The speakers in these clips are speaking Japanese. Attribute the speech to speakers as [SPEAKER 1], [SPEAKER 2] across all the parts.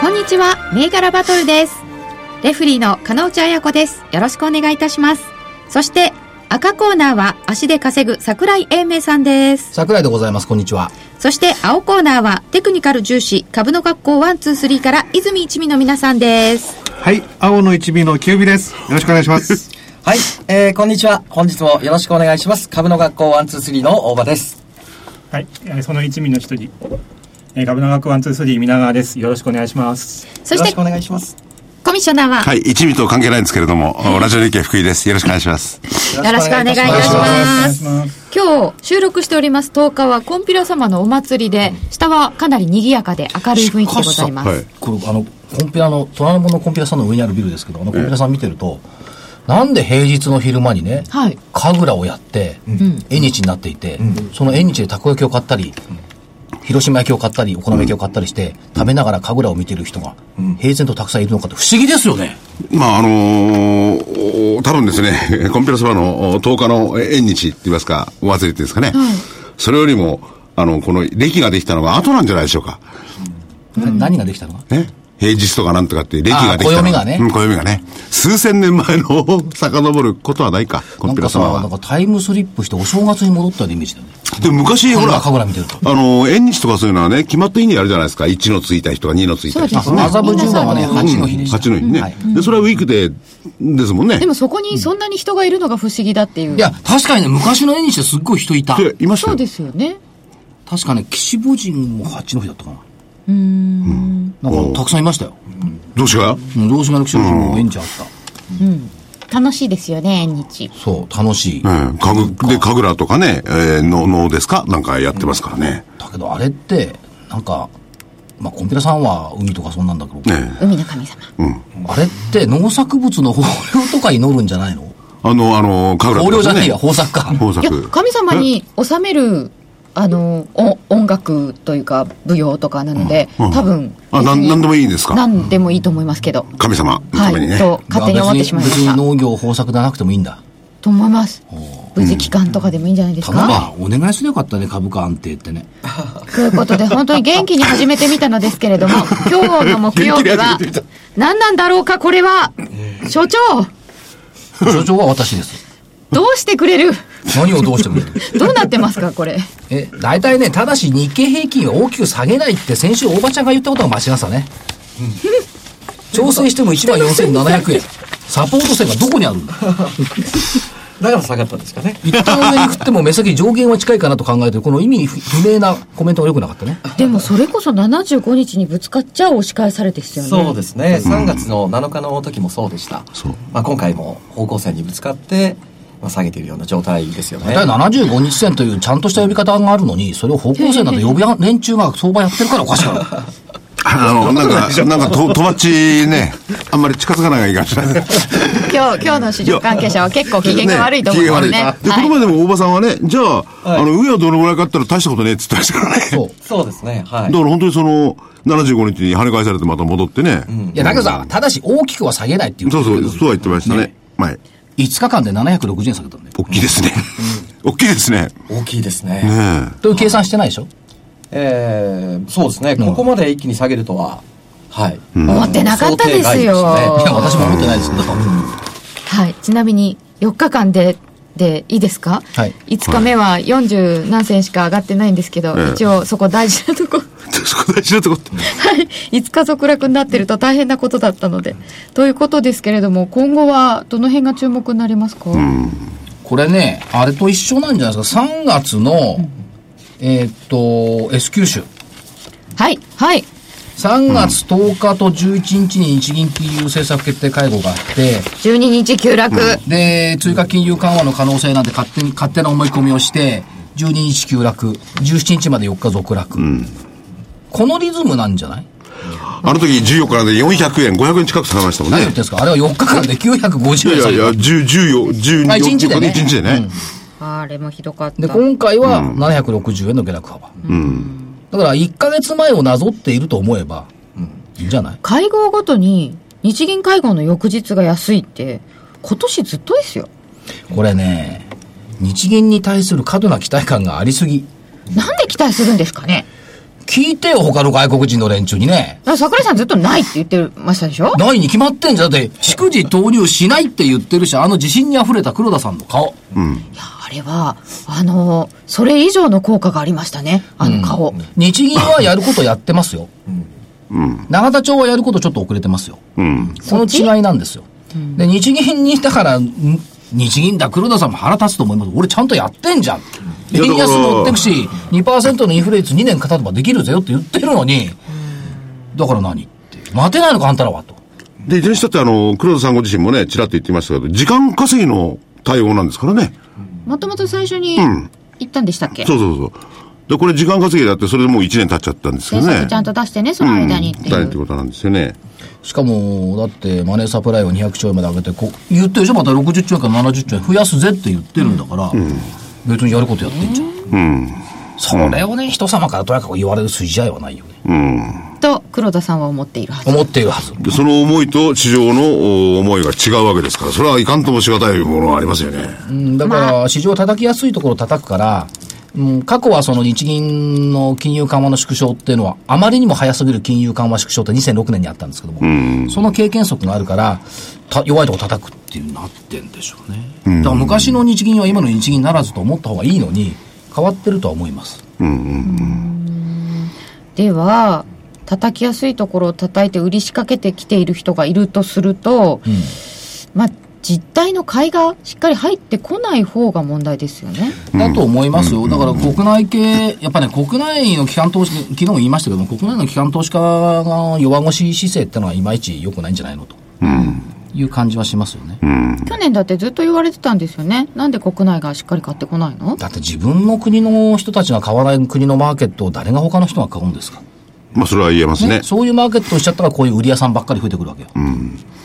[SPEAKER 1] こんにちは、銘柄バトルです。レフリーの金内彩子です。よろしくお願いいたします。そして、赤コーナーは足で稼ぐ桜井英明さんです。
[SPEAKER 2] 桜井でございます。こんにちは。
[SPEAKER 1] そして、青コーナーはテクニカル重視株の学校123から泉一味の皆さんです。
[SPEAKER 3] はい、青の一尾のキュービです。よろしくお願いします。
[SPEAKER 4] はい、えー、こんにちは。本日もよろしくお願いします。株の学校123の大場です。
[SPEAKER 5] はい、えーその一味の一人、えー、ガブナガクワンツースリー皆川です。よろしくお願いします。
[SPEAKER 1] そし
[SPEAKER 4] よろ
[SPEAKER 1] て
[SPEAKER 4] しくお、願いします。
[SPEAKER 1] コミッショナーは
[SPEAKER 6] はい、一味とは関係ないんですけれども、ラジオ日経福井です。よろしくお願いします。
[SPEAKER 1] よろしくお願いいたします。今日収録しております10日はコンピラ様のお祭りで、下はかなり賑やかで明るい雰囲気でございます。
[SPEAKER 6] はい。
[SPEAKER 2] これ、あの、コンピュラの、虎ノ門のコンピュラさんの上にあるビルですけど、あのコンピュラさん見てると、なんで平日の昼間にね、
[SPEAKER 1] はい
[SPEAKER 2] 神楽をやって、縁日になっていて、その縁日でたこ焼きを買ったり、広島焼きを買ったり、お好み焼きを買ったりして、食べながら神楽を見てる人が、平然とたくさんいるのかって不思議ですよね。
[SPEAKER 6] まあ、あのーお多分ですね、 コンピュラスバのお10日のえ縁日って言いますか、お祭りっていうんですかね。それよりも、あの、この歴ができたのが後なんじゃないでしょうか。
[SPEAKER 2] な何ができたのか
[SPEAKER 6] ね。平日とかなんとかっていう歴ができたの
[SPEAKER 2] あ暦がね
[SPEAKER 6] うん、暦がね。数千年前の 遡ることはないか、コ
[SPEAKER 2] な
[SPEAKER 6] ン
[SPEAKER 2] ん
[SPEAKER 6] ピュ
[SPEAKER 2] か
[SPEAKER 6] ラス
[SPEAKER 2] さ、
[SPEAKER 6] バ
[SPEAKER 2] なん
[SPEAKER 6] は。
[SPEAKER 2] かタイムスリップしてお正月に戻ったようなイメージだよね。
[SPEAKER 6] でも昔、ほら、
[SPEAKER 2] 神楽見てると
[SPEAKER 6] あのー、縁日とかそういうのはね、決まっていいにやるじゃないですか。1のついた人が2のついた人とか
[SPEAKER 1] そうですね
[SPEAKER 2] 麻布十番はね、8の日でした。
[SPEAKER 6] 八の日ね、
[SPEAKER 2] はい
[SPEAKER 6] で、それはウィークデーですもんね。
[SPEAKER 1] でもそこにそんなに人がいるのが不思議だっていう。
[SPEAKER 2] いや、確かにね、昔の縁日ですっごい人いた。
[SPEAKER 6] でいました
[SPEAKER 1] そう
[SPEAKER 6] よ。
[SPEAKER 1] ですよね。
[SPEAKER 2] 確かね、岸母神も八の日だったかな。うん。なんか、たくさんいましたよ。
[SPEAKER 6] どうしよ。
[SPEAKER 2] うん、老子が岸母神も縁日あった。
[SPEAKER 7] 楽しいですよね縁日
[SPEAKER 2] そう、楽しいう
[SPEAKER 6] ええ、かぐ、で、神楽とかね、えー、の、能ですかなんかやってますからね。
[SPEAKER 2] だけど、あれって、なんか、まあ、コンピュラさんは海とかそんなんだけど、
[SPEAKER 6] ええ
[SPEAKER 7] 海の神様
[SPEAKER 2] あれって農作物の豊漁とか祈るんじゃないの
[SPEAKER 6] あの、あの、神楽
[SPEAKER 2] 豊漁
[SPEAKER 6] と
[SPEAKER 2] じ
[SPEAKER 6] か
[SPEAKER 2] ゃね
[SPEAKER 6] ね
[SPEAKER 2] えや、。豊作か。
[SPEAKER 6] 豊
[SPEAKER 7] いや
[SPEAKER 6] 作。
[SPEAKER 7] 神様に納めるあのお音楽というか舞踊とかなので、
[SPEAKER 6] うん
[SPEAKER 7] 多分
[SPEAKER 6] あ、なん、なんでも
[SPEAKER 7] い
[SPEAKER 6] いいですか
[SPEAKER 7] 何でもいいと思いますけど
[SPEAKER 6] 神様の
[SPEAKER 7] は
[SPEAKER 6] ために
[SPEAKER 7] い
[SPEAKER 6] ね。
[SPEAKER 7] と勝手に思ってしまいま
[SPEAKER 2] 別に
[SPEAKER 7] した
[SPEAKER 2] 別に農業豊作じゃなくてもいいんだ。
[SPEAKER 7] と思います無事期間とかでもいいんじゃないです
[SPEAKER 2] 頼
[SPEAKER 7] か、
[SPEAKER 2] むわ、お願いすればよかったね、株価安定ってね。
[SPEAKER 7] ということで、本当に元気に始めてみたのですけれど も、今日の木曜日は
[SPEAKER 6] 元気に始めてみた、
[SPEAKER 7] 何なんだろうか、これは、所長、
[SPEAKER 2] 所長は私です。
[SPEAKER 7] どうしてくれる
[SPEAKER 2] 何をどうしてもいいと
[SPEAKER 7] どうなってますか、これ。
[SPEAKER 2] え、大体ね、ただし日経平均は大きく下げないって先週大場ちゃんが言ったことが間違いさね。調整しても1万4700円。サポート線がどこにあるんだ
[SPEAKER 4] だから下がったんですかね。
[SPEAKER 2] 一旦上に振っても目先上限は近いかなと考えてる、この意味不明なコメントが良くなかったね。
[SPEAKER 7] でも、それこそ75日にぶつかっちゃ押し返されですよね。
[SPEAKER 4] そうですね。3月の7日の時もそうでした。まあ今回も方向線にぶつかって、まあ、下げているような状態ですよね。
[SPEAKER 2] 大体75日線というちゃんとした呼び方があるのに、それを方向線なんて呼びや連中が相場やってるからおかしいか ら。
[SPEAKER 6] あの、なんか、なんか、と、とばっちね、あんまり近づかない方がいいかもしれない。
[SPEAKER 7] 今日、今日の市場関係者は結構機嫌が悪いと思う
[SPEAKER 6] ね
[SPEAKER 7] ので
[SPEAKER 6] 機
[SPEAKER 7] ね
[SPEAKER 6] 嫌。悪いで、この前でも大場さんはね、じゃあ、あの、上はどのぐらい買ったら大したことねえって言ってましたからね。
[SPEAKER 2] そう。
[SPEAKER 4] そうですね。は
[SPEAKER 6] だ
[SPEAKER 4] い
[SPEAKER 6] か。ら本当にその、75日に跳ね返されてまた戻ってね。
[SPEAKER 2] いや、だけどさ、ただし大きくは下げないっていう。
[SPEAKER 6] そうそう、そうは言ってましたね。はい。
[SPEAKER 2] 5日間で760円下げたんだよ。
[SPEAKER 6] 大きいですね。大きいですね。
[SPEAKER 4] 大きいですね。
[SPEAKER 6] ねえ。
[SPEAKER 2] という計算してないでしょ
[SPEAKER 4] えー、そうですね。ここまで一気に下げるとは、はい。
[SPEAKER 7] 思ってなかったですよ
[SPEAKER 4] 想定外でしたね
[SPEAKER 2] いや、私も思ってないですけど。
[SPEAKER 7] はい、ちなみに4日間ででいいですか、
[SPEAKER 2] はい
[SPEAKER 7] 5日目は40何銭しか上がってないんですけど、
[SPEAKER 6] ええ
[SPEAKER 7] 一応そこ大事なとこ
[SPEAKER 6] そこ大事なとこって。
[SPEAKER 7] はい、5日続落になってると大変なことだったので。ということですけれども、今後はどの辺が注目になりますか、
[SPEAKER 2] これね、あれと一緒なんじゃないですか。3月の、えーっと、S q 州。
[SPEAKER 7] はい、はい、
[SPEAKER 2] 3月10日と11日に日銀金融政策決定会合があって、
[SPEAKER 7] 12日急落、
[SPEAKER 2] で、追加金融緩和の可能性なんて勝手に、勝手な思い込みをして、12日急落、17日まで4日続落。このリズムなんじゃない
[SPEAKER 6] あの時14日からで400円、500円近く下がりましたもん
[SPEAKER 2] 何
[SPEAKER 6] ね
[SPEAKER 2] 言っ。てんですかあれは4日間で
[SPEAKER 6] い
[SPEAKER 2] 950
[SPEAKER 6] や
[SPEAKER 2] 円
[SPEAKER 6] い
[SPEAKER 2] 下
[SPEAKER 6] やい
[SPEAKER 2] げ
[SPEAKER 6] や、10、14、12、
[SPEAKER 2] あ一日でね
[SPEAKER 6] 1日でね。
[SPEAKER 1] あれもひどかった
[SPEAKER 2] で、今回は760円の下落幅。だから1ヶ月前をなぞっていると思えば、いいんじゃない
[SPEAKER 7] 会合ごとに日銀会合の翌日が安いって今年ずっとですよ
[SPEAKER 2] これね、日銀に対する過度な期待感がありすぎ。
[SPEAKER 7] なんで期待するんですかね
[SPEAKER 2] 聞いてよ、他の外国人の連中にね。
[SPEAKER 7] あ桜井さんずっとないって言ってましたでしょ
[SPEAKER 2] ないに決まってんじゃん。だって、逐次投入しないって言ってるし、あの自信に溢れた黒田さんの顔。
[SPEAKER 7] いやあれはあのそれ以上の効果がありましたねあの顔、
[SPEAKER 2] 日銀はやることやってますよ。永田町はやることちょっと遅れてますよ。
[SPEAKER 6] うん。
[SPEAKER 2] この違いなんですよ。で、日銀に、だから、ん日銀だ、黒田さんも腹立つと思います。俺ちゃんとやってんじゃん。
[SPEAKER 6] いや
[SPEAKER 2] 円安
[SPEAKER 6] だから
[SPEAKER 2] 持ってくし、2%のインフレ率2年かたてばできるぜよって言ってるのに、だから何って。待てないのか、あんたらは、と。
[SPEAKER 6] で、いずれにしたって、あの、黒田さんご自身もね、ちらっと言ってましたけど、時間稼ぎの対応なんですからね。
[SPEAKER 7] もともと最初に言ったんでしたっけ、
[SPEAKER 6] そうそうそう。で、これ時間稼ぎだって、それでもう1年経っちゃったんですけど
[SPEAKER 7] 政
[SPEAKER 6] ね
[SPEAKER 7] 策。ちゃんと出してねその間にっていう、
[SPEAKER 6] うんってことなんですよね。
[SPEAKER 2] しかも、だって、マネーサプライを200兆円まで上げて、こう、言ってるじゃん、また60兆円から70兆円増やすぜって言ってるんだから、別にやることやってんじゃん。それをね、人様からとやかく言われる筋合いはないよね。
[SPEAKER 7] と黒田さんは思っているはず
[SPEAKER 2] 思っているはず。
[SPEAKER 6] でその思いと市場のお思いが違うわけですから、それはいかんともしがたいものはありますよね。
[SPEAKER 2] うんだから、市場叩きやすいところを叩くから、うん、過去はその日銀の金融緩和の縮小っていうのは、あまりにも早すぎる金融緩和縮小って2006年にあったんですけども、その経験則があるから、た弱いところ叩くっていうなってんでしょうね。だから昔の日銀は今の日銀ならずと思った方がいいのに、変わってるとは思います。
[SPEAKER 7] では叩きやすいところを叩いて売り仕掛けてきている人がいるとすると、まあ実態の買いがしっかり入ってこない方が問題ですよね。
[SPEAKER 2] だと思いますよ。だから国内系、やっぱね、国内の機関投資、昨日も言いましたけども、国内の機関投資家が弱腰姿勢ってのは、いまいち良くないんじゃないのと。いう感じはしますよね。
[SPEAKER 7] 去年だってずっと言われてたんですよね。なんで国内がしっかり買ってこないの
[SPEAKER 2] だって自分の国の人たちが買わない国のマーケットを誰が他の人が買うんですか、
[SPEAKER 6] まあ、それは言えますね。
[SPEAKER 2] そういうマーケットをしちゃったらこういう売り屋さんばっかり増えてくるわけよ。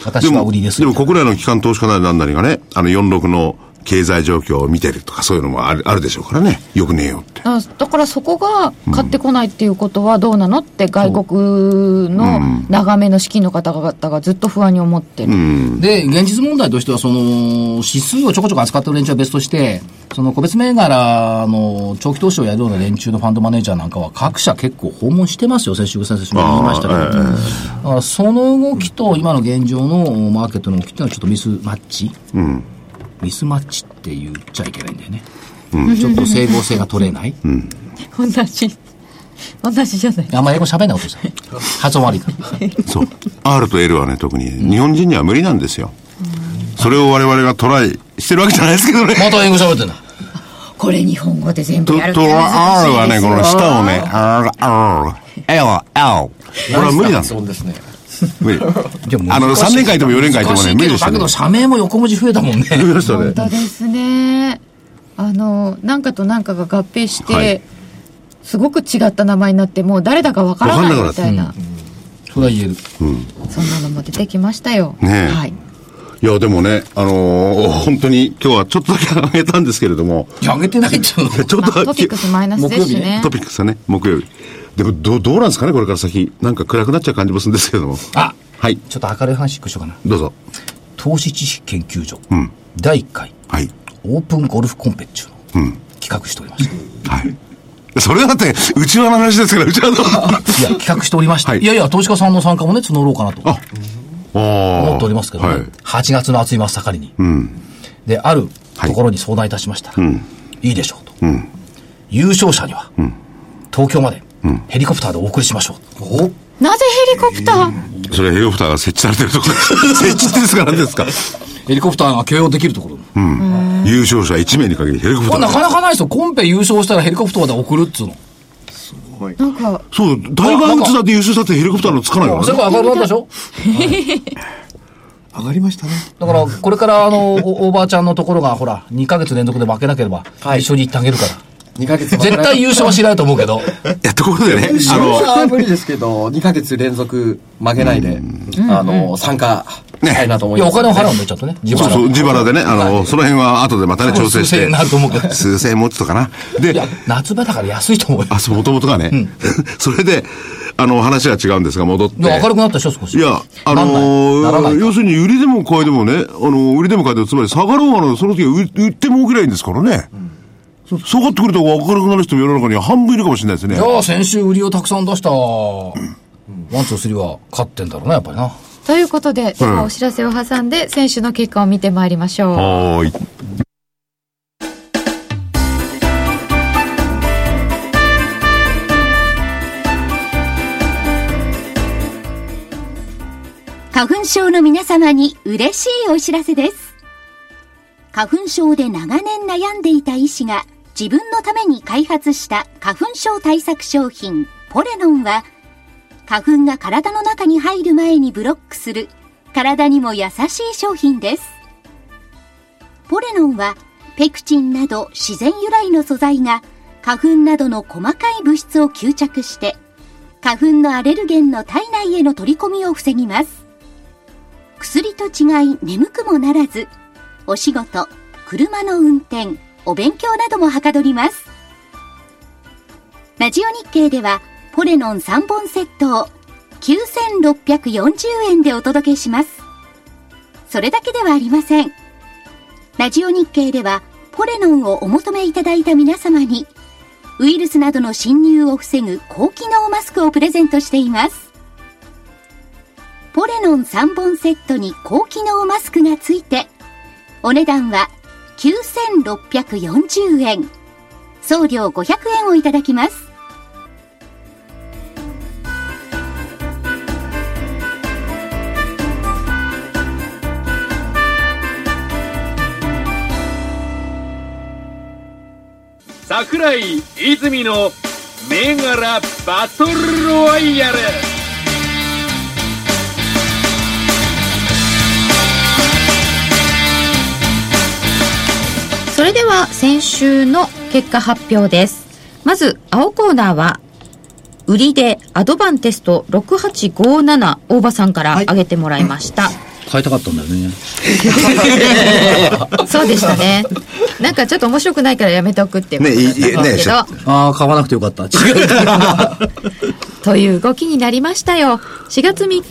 [SPEAKER 2] 私は売りです
[SPEAKER 6] で
[SPEAKER 2] よ
[SPEAKER 6] も国内の機関投資家なりなんなりがね、あの46の経済状況を見てるとかそういうのもあるあるでしょうからね。よくねえよって。
[SPEAKER 7] あだからそこが買ってこないっていうことはどうなのって外国の長めの資金の方々がずっと不安に思ってる。
[SPEAKER 2] で、現実問題としては、その、指数をちょこちょこ扱ってる連中は別として、その個別銘柄の長期投資をやるような連中のファンドマネージャーなんかは、各社結構訪問してますよ、先週、先々週も言いましたけど、
[SPEAKER 6] あー
[SPEAKER 2] だからその動きと今の現状のマーケットの動きっていうのはちょっとミスマッチ、ミスマッチって言っちゃいけないんだよね。ちょっと整合性が取れない。
[SPEAKER 7] 同じ、同じじゃない。
[SPEAKER 2] あんま英語喋んないことした。発音悪いから。
[SPEAKER 6] そう。R と L はね、特に日本人には無理なんですよ。それを我々がトライしてるわけじゃないですけどね。
[SPEAKER 2] また英語喋ってんだ。
[SPEAKER 7] これ日本語で全
[SPEAKER 6] と、
[SPEAKER 7] 部
[SPEAKER 6] と、
[SPEAKER 7] やる
[SPEAKER 6] R
[SPEAKER 7] から難しいです
[SPEAKER 6] はね、
[SPEAKER 7] よ
[SPEAKER 6] この舌をね、R、R、L、L。これは無理なんですよ。
[SPEAKER 4] そうですね。
[SPEAKER 6] 無理。
[SPEAKER 2] じゃ
[SPEAKER 6] あの、3年間いても4年間いて
[SPEAKER 2] 難
[SPEAKER 6] も
[SPEAKER 2] し
[SPEAKER 6] ね、
[SPEAKER 2] い
[SPEAKER 6] 無
[SPEAKER 2] け
[SPEAKER 6] 理
[SPEAKER 2] ど、
[SPEAKER 6] でし
[SPEAKER 2] だ
[SPEAKER 6] た
[SPEAKER 2] け
[SPEAKER 6] ね
[SPEAKER 2] ど。社名も横文字増えたもんね。
[SPEAKER 6] 無理でしたね。
[SPEAKER 7] 本当ですね。あの、なんかとなんかが合併して、
[SPEAKER 6] はい
[SPEAKER 7] すごく違った名前になって、もう誰だかわからないみたいな、
[SPEAKER 2] それは言える。
[SPEAKER 7] そんなのも出てきましたよ。
[SPEAKER 6] ねえ
[SPEAKER 7] はい。
[SPEAKER 6] いや、でもね、あのー本当に今日はちょっとだけ上げたんですけれども、
[SPEAKER 2] いや上げてないっちゃうの。
[SPEAKER 6] ちょっと、
[SPEAKER 7] まあトピックスマイナスですしね
[SPEAKER 6] 木曜日トピックスだね、木曜日。でも、どう、どうなんですかね、これから先。なんか暗くなっちゃう感じもするんですけれども。
[SPEAKER 2] あ
[SPEAKER 6] はい、
[SPEAKER 2] ちょっと明るい話一個しようかな。
[SPEAKER 6] どうぞ。
[SPEAKER 2] 投資知識研究所、
[SPEAKER 6] ん
[SPEAKER 2] 第1回
[SPEAKER 6] はい。
[SPEAKER 2] オープンゴルフコンペっちゅうの、
[SPEAKER 6] うん
[SPEAKER 2] 企画しておりまして。い
[SPEAKER 6] はい。それはだって、うちわの話ですから、うちわ の。
[SPEAKER 2] や、企画しておりまして、
[SPEAKER 6] はい
[SPEAKER 2] い、やいや、投資家さんの参加もね、募ろうかなと
[SPEAKER 6] あ
[SPEAKER 2] 思
[SPEAKER 6] 思
[SPEAKER 2] っておりますけど、ね
[SPEAKER 6] はい。
[SPEAKER 2] 8月の暑い真っ盛りに。
[SPEAKER 6] うん。
[SPEAKER 2] で、あるところに相談いたしましたら、い、いでしょうと。優勝者には、東京まで、ヘリコプターでお送りしましょう。お
[SPEAKER 7] なぜヘリコプター、
[SPEAKER 6] それヘリコプターが設置されてるところ 設置ってですから何ですか
[SPEAKER 2] ヘリコプターが許容できるところ。
[SPEAKER 6] 優勝者1名に限りヘリコプ
[SPEAKER 2] こ
[SPEAKER 6] タ
[SPEAKER 2] れ
[SPEAKER 6] ー
[SPEAKER 2] なかなかないですよ。コンペ優勝したらヘリコプターで送るっつうの。
[SPEAKER 7] なんか、
[SPEAKER 6] そう、大岩靴だって優勝したってヘリコプターのつかないから
[SPEAKER 2] それ
[SPEAKER 6] ね。
[SPEAKER 2] から上がるわけでしょ
[SPEAKER 4] 上がりましたね。
[SPEAKER 2] だから、これから、あの、おおばあちゃんのところが、ほら、2ヶ月連続で負けなければ、一緒に行ってあげるから。
[SPEAKER 4] 2ヶ月
[SPEAKER 2] 絶対優 勝はしないと思うけど。
[SPEAKER 6] いや、ところでね、あ
[SPEAKER 4] あの
[SPEAKER 6] の、
[SPEAKER 4] は無理ですけど、2ヶ月連続負けないで、あの、参加したいなと思
[SPEAKER 2] い
[SPEAKER 4] い
[SPEAKER 2] や、
[SPEAKER 4] ま
[SPEAKER 2] お
[SPEAKER 4] す。
[SPEAKER 2] 金を払うんで、ちょっとね。 自
[SPEAKER 6] そう
[SPEAKER 2] 腹
[SPEAKER 6] そう、自腹でね、あの、その辺は後でまたね、調整し
[SPEAKER 2] 数
[SPEAKER 6] て。
[SPEAKER 2] 千円になると思うけど
[SPEAKER 6] 数千円持つとかな。
[SPEAKER 2] い
[SPEAKER 6] で
[SPEAKER 2] や、、夏場だから安いと思うよ。
[SPEAKER 6] あ、そう、もともとがね、 それで、あの、話は違うんですが、戻って。
[SPEAKER 2] でも明るくなったでしょ、少し。
[SPEAKER 6] いや、あのー
[SPEAKER 2] なんないならないか
[SPEAKER 6] 要するに売りでも買いでもね、あのー売りでも買いでも、つまり下がろうがの、その時は売売っても起きないんですからね。そ下がってくれた方が明るくなる人も世の中には半分いるかもしれないですね
[SPEAKER 2] い。や、先週売りをたくさん出した。ワン、ツー、スリーは勝ってんだろうな、やっぱりな。
[SPEAKER 7] ということで、ではお知らせを挟んで選手の結果を見てまいりましょう、
[SPEAKER 6] はーい。
[SPEAKER 8] 花粉症の皆様に嬉しいお知らせです。花粉症で長年悩んでいた医師が自分のために開発した花粉症対策商品ポレノンは花粉が体の中に入る前にブロックする体にも優しい商品です。ポレノンはペクチンなど自然由来の素材が花粉などの細かい物質を吸着して花粉のアレルゲンの体内への取り込みを防ぎます。薬と違い眠くもならず、お仕事、車の運転、お勉強などもはかどります。ラジオ日経では、ポレノン3本セットを9640円でお届けします。それだけではありません。ラジオ日経では、ポレノンをお求めいただいた皆様に、ウイルスなどの侵入を防ぐ高機能マスクをプレゼントしています。ポレノン3本セットに高機能マスクがついて、お値段は9640円。送料500円をいただきます。
[SPEAKER 9] 桜井泉の銘柄バトルロワイヤル
[SPEAKER 1] それでは先週の結果発表です。まず、青コーナーは、売りでアドバンテスト6857大場さんから上げてもらいました。
[SPEAKER 2] 買いたかったんだよね。
[SPEAKER 1] そうでしたね。なんかちょっと面白くないからやめておくっていうことだったんですけど、
[SPEAKER 2] ああ、買わなくてよか った。違う。
[SPEAKER 1] という動きになりましたよ。4月3日、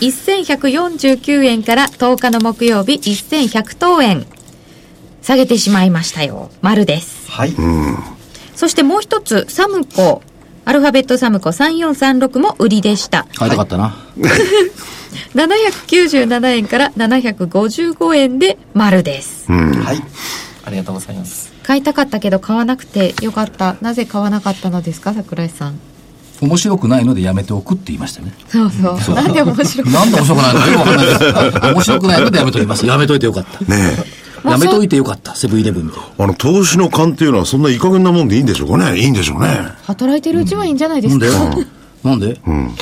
[SPEAKER 1] 1149円から10日の木曜日、1100等円。下げてしまいましたよ。丸です。
[SPEAKER 4] はい。
[SPEAKER 1] そしてもう一つ、サムコ。アルファベットサムコ3436も売りでした。
[SPEAKER 2] 買いたかったな。
[SPEAKER 1] 797円から755円で丸です。
[SPEAKER 4] はい。ありがとうございます。
[SPEAKER 7] 買いたかったけど買わなくてよかったなぜ買わなかったのですか桜井さん
[SPEAKER 2] 面白くないのでやめておくって言いましたよね。
[SPEAKER 7] そうそうなんで面白く
[SPEAKER 2] なんで面白くないのかよくわかんないです。面白くないのでやめときます。やめといてよかった。
[SPEAKER 6] ね
[SPEAKER 2] やめといてよかった。セブンイレブンみたいな。
[SPEAKER 6] え。あの、投資の勘っていうのはそんないい加減なもんでいいんでしょうかねいいんでしょうね。
[SPEAKER 7] 働いてるうちはいいんじゃないですか、
[SPEAKER 2] なんでなんで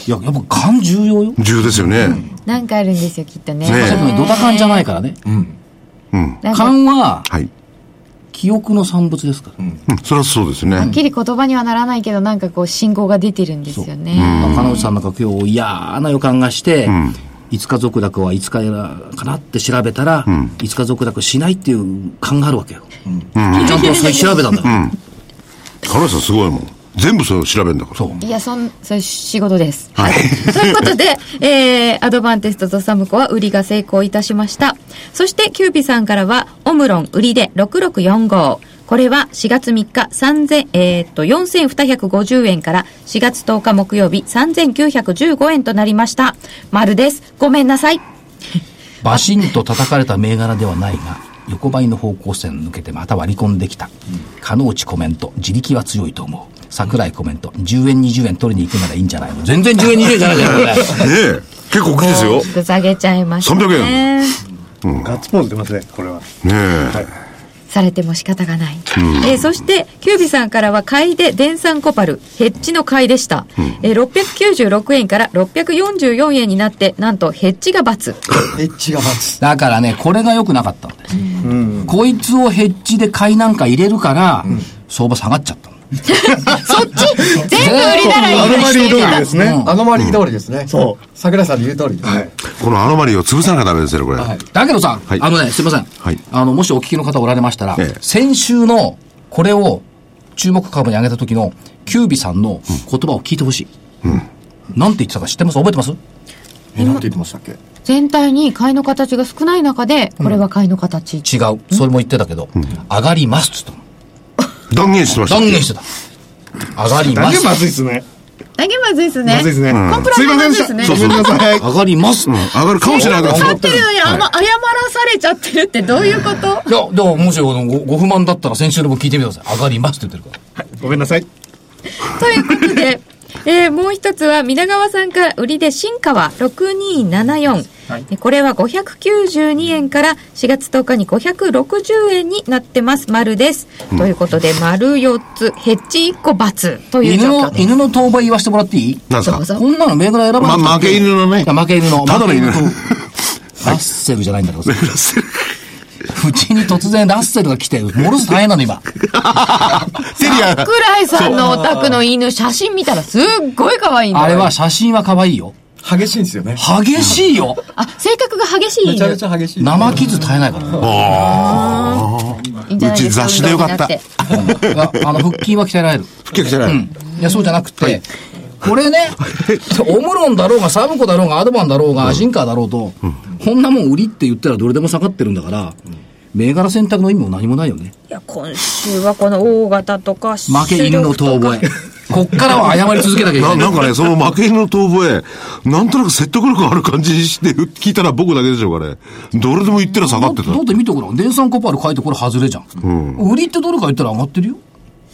[SPEAKER 2] いや、やっぱ勘重要よ。
[SPEAKER 6] 重要ですよね。
[SPEAKER 7] なんかあるんですよきっとね
[SPEAKER 6] ね
[SPEAKER 2] さっきのドタ勘じゃないからね。
[SPEAKER 7] なんかは
[SPEAKER 2] 勘は
[SPEAKER 6] はい。
[SPEAKER 2] 記憶の産物ですから。
[SPEAKER 6] うん、それはそうですね
[SPEAKER 7] っ。きり言葉にはならないけどなんかこう信号が出てるんですよね、
[SPEAKER 2] 彼女さんのか今日嫌な予感がして、5日続落は5日かなって調べたら、5日続落しないっていう勘があるわけよ。ちゃんとそれ調べたんだから。
[SPEAKER 6] 彼女さんすごいもん。全部それを調べるんだから。
[SPEAKER 2] そう
[SPEAKER 7] いやそんそれ仕事です
[SPEAKER 6] はい。
[SPEAKER 1] ということで、えー、アドバンテストとサムコは売りが成功いたしました。そして、キューピーさんからは、オムロン売りで6645。これは4月3日3000、えーっと、4250円から4月10日木曜日3915円となりました。丸です。ごめんなさい。
[SPEAKER 2] バシンと叩かれた銘柄ではないが、横ばいの方向線抜けてまた割り込んできた。加納内コメント、自力は強いと思う。桜井コメント、10円20円取りに行くならいいんじゃないの全然10円20円じゃないじゃないこれ。
[SPEAKER 6] ねえ。結構大きいですよ。
[SPEAKER 7] ふざけちゃいました
[SPEAKER 6] 300
[SPEAKER 7] ね
[SPEAKER 3] ガッツポーズ出ますね、これは。
[SPEAKER 6] ねえ。
[SPEAKER 7] されても仕方がない、えーそしてキュービさんからは買いで電産コパルヘッジの買いでした、えー696円から644円になってなんとヘッジが×
[SPEAKER 4] エッチが罰。
[SPEAKER 2] だからね、これが良くなかったのです。こいつをヘッジで買いなんか入れるから、相場下がっちゃったの。
[SPEAKER 1] そっち全部売りならいいのにしてみた
[SPEAKER 3] ですね
[SPEAKER 4] アノマリー通りですね。
[SPEAKER 3] そう。
[SPEAKER 4] 桜井さんの言う通りですね。
[SPEAKER 6] このアノマリーを潰さなきゃダメですよね、これ。
[SPEAKER 4] はい
[SPEAKER 2] だけどさん、
[SPEAKER 6] はい
[SPEAKER 2] あのね、すいません。
[SPEAKER 6] はい
[SPEAKER 2] あの、もしお聞きの方おられましたら、
[SPEAKER 6] ええ
[SPEAKER 2] 先週のこれを注目株に上げた時のキュービさんの言葉を聞いてほしい。なんて言ってたか知ってます覚えてます
[SPEAKER 4] え、なんて言ってましたっけ
[SPEAKER 7] 全体に買いの形が少ない中で、これは買いの形。
[SPEAKER 2] 違う。それも言ってたけど、上がりますっつったの。
[SPEAKER 6] 断言してました。
[SPEAKER 2] 断言してた。上がりま
[SPEAKER 3] だけ
[SPEAKER 2] す。
[SPEAKER 3] まずいっすね。
[SPEAKER 7] だけまずいですね。
[SPEAKER 3] まずいっすね。
[SPEAKER 6] ん
[SPEAKER 7] コンプラ
[SPEAKER 3] すいま
[SPEAKER 7] イ
[SPEAKER 3] せ
[SPEAKER 7] ア
[SPEAKER 3] ん
[SPEAKER 7] ン
[SPEAKER 3] で
[SPEAKER 7] スで
[SPEAKER 3] し
[SPEAKER 7] すね。
[SPEAKER 3] た。ごめんなさい。
[SPEAKER 2] 上がります。
[SPEAKER 6] うん、上がるかもしれないから
[SPEAKER 7] 買ってるのに、あの、謝らされちゃってるってどういうこと
[SPEAKER 2] いや、でももしごご不満だったら先週の分聞いてみてください。上がりますって言ってるから。
[SPEAKER 3] ごめんなさい。
[SPEAKER 7] ということで、えーもう一つは、皆川さんから売りで、新川6274。
[SPEAKER 5] はい
[SPEAKER 7] えこれは592円から4月10日に560円になってます。丸です。ということで、丸4つ、ヘッジ1個×という
[SPEAKER 2] 犬
[SPEAKER 7] 状況
[SPEAKER 2] の、
[SPEAKER 7] です。
[SPEAKER 2] 犬の当倍言わせてもらっていい
[SPEAKER 6] なんですか
[SPEAKER 7] どうぞ
[SPEAKER 2] こんなの銘柄選ばなくていい
[SPEAKER 6] ま負け犬のね
[SPEAKER 2] いや負け犬の。
[SPEAKER 6] ただの犬
[SPEAKER 2] 負けとラッセルじゃないんだけど。うちに突然ラッセルが来て、もろす大変なの今。
[SPEAKER 6] セリア。
[SPEAKER 7] 桜井さんのお宅の犬、写真見たらすっごい可愛いんだよ
[SPEAKER 2] あれは写真は可愛いよ。
[SPEAKER 4] 激しいんですよね。
[SPEAKER 2] 激しいよ。
[SPEAKER 7] あ、性格が激しい
[SPEAKER 4] めちゃめ
[SPEAKER 7] 犬。
[SPEAKER 4] ちゃ激しい。
[SPEAKER 2] 生傷絶えないからね。
[SPEAKER 7] いいんじゃないですか
[SPEAKER 6] うち雑誌でよかった
[SPEAKER 7] 運動になて
[SPEAKER 2] いやあの、腹筋は鍛えられる。
[SPEAKER 6] 不客じゃない。
[SPEAKER 2] いや、そうじゃなくて、これね、オムロンだろうが、サムコだろうが、アドバンだろうが、シンカーだろうと、こんなもん売りって言ったらどれでも下がってるんだから、銘柄選択の意味も何もないよね。
[SPEAKER 1] いや、今週はこの大型とか、
[SPEAKER 2] 負け犬の遠吠え。こっからは謝り続けなきゃいけな。
[SPEAKER 6] ないなんかね、その負け犬の遠吠え、なんとなく説得力ある感じして聞いたら僕だけでしょうかね。どれでも言ってら下が
[SPEAKER 2] だっ
[SPEAKER 6] っ
[SPEAKER 2] てて
[SPEAKER 6] た
[SPEAKER 2] だ。って見てごらん。電産コパール書いてこれ外れじゃん。売りってどれか言ったら上がってるよ。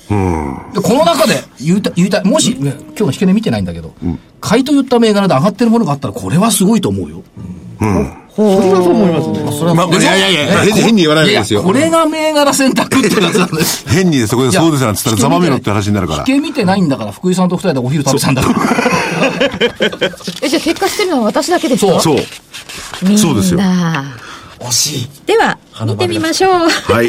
[SPEAKER 2] でこの中で言いたい、言いたい、もし、ね今日の引け値見てないんだけど、買いと言った銘柄で上がってるものがあったら、これはすごいと思うよ。
[SPEAKER 6] まあ、いやいやいや、変に変に言わないでですよ。
[SPEAKER 2] いやいやこれが銘柄選択ってやつなんです。
[SPEAKER 6] 変にそこで そうですなんつったらざまめろって話になるから
[SPEAKER 2] 引。け見てないんだから、福井さんと二人でお昼食べたんだから。
[SPEAKER 7] え、じゃあ結果してるのは私だけです
[SPEAKER 2] そ
[SPEAKER 7] か
[SPEAKER 2] う
[SPEAKER 6] そう。
[SPEAKER 7] みんな
[SPEAKER 6] そうですよ
[SPEAKER 4] 惜しい。
[SPEAKER 7] では、見てみましょう。
[SPEAKER 6] はい。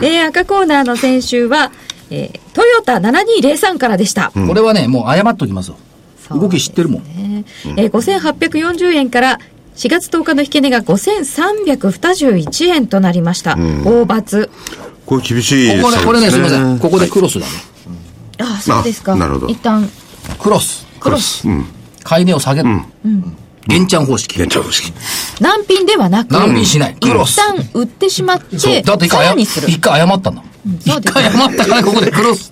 [SPEAKER 7] えー赤コーナーの先週は、えートヨタ7203からでした。
[SPEAKER 2] これはね、もう謝っときますよ。
[SPEAKER 7] そう
[SPEAKER 2] 動き知ってるもん。
[SPEAKER 7] ねえー5840円から4月10日の引け値が5321円となりました。大罰。
[SPEAKER 6] これ厳しいです
[SPEAKER 2] ここね、これね、すみません。ここでクロスだね。
[SPEAKER 7] あ、そうですか。
[SPEAKER 6] あなるほど
[SPEAKER 7] 一旦、
[SPEAKER 2] クロス。
[SPEAKER 6] クロス。うん。
[SPEAKER 2] 買い値を下げる。玄ちゃん方式。
[SPEAKER 6] 現地方式。
[SPEAKER 7] 難品ではなく、
[SPEAKER 2] 難品しない。クロ
[SPEAKER 7] 一
[SPEAKER 2] ス。
[SPEAKER 7] 旦売ってしまっ
[SPEAKER 2] そう。
[SPEAKER 7] て、
[SPEAKER 2] だって一
[SPEAKER 7] さ
[SPEAKER 2] 回
[SPEAKER 7] ら
[SPEAKER 2] 謝
[SPEAKER 7] にする。
[SPEAKER 2] 一回謝ったんだもん。
[SPEAKER 7] そう
[SPEAKER 2] 一
[SPEAKER 7] です
[SPEAKER 2] 回謝ったからここでクロス。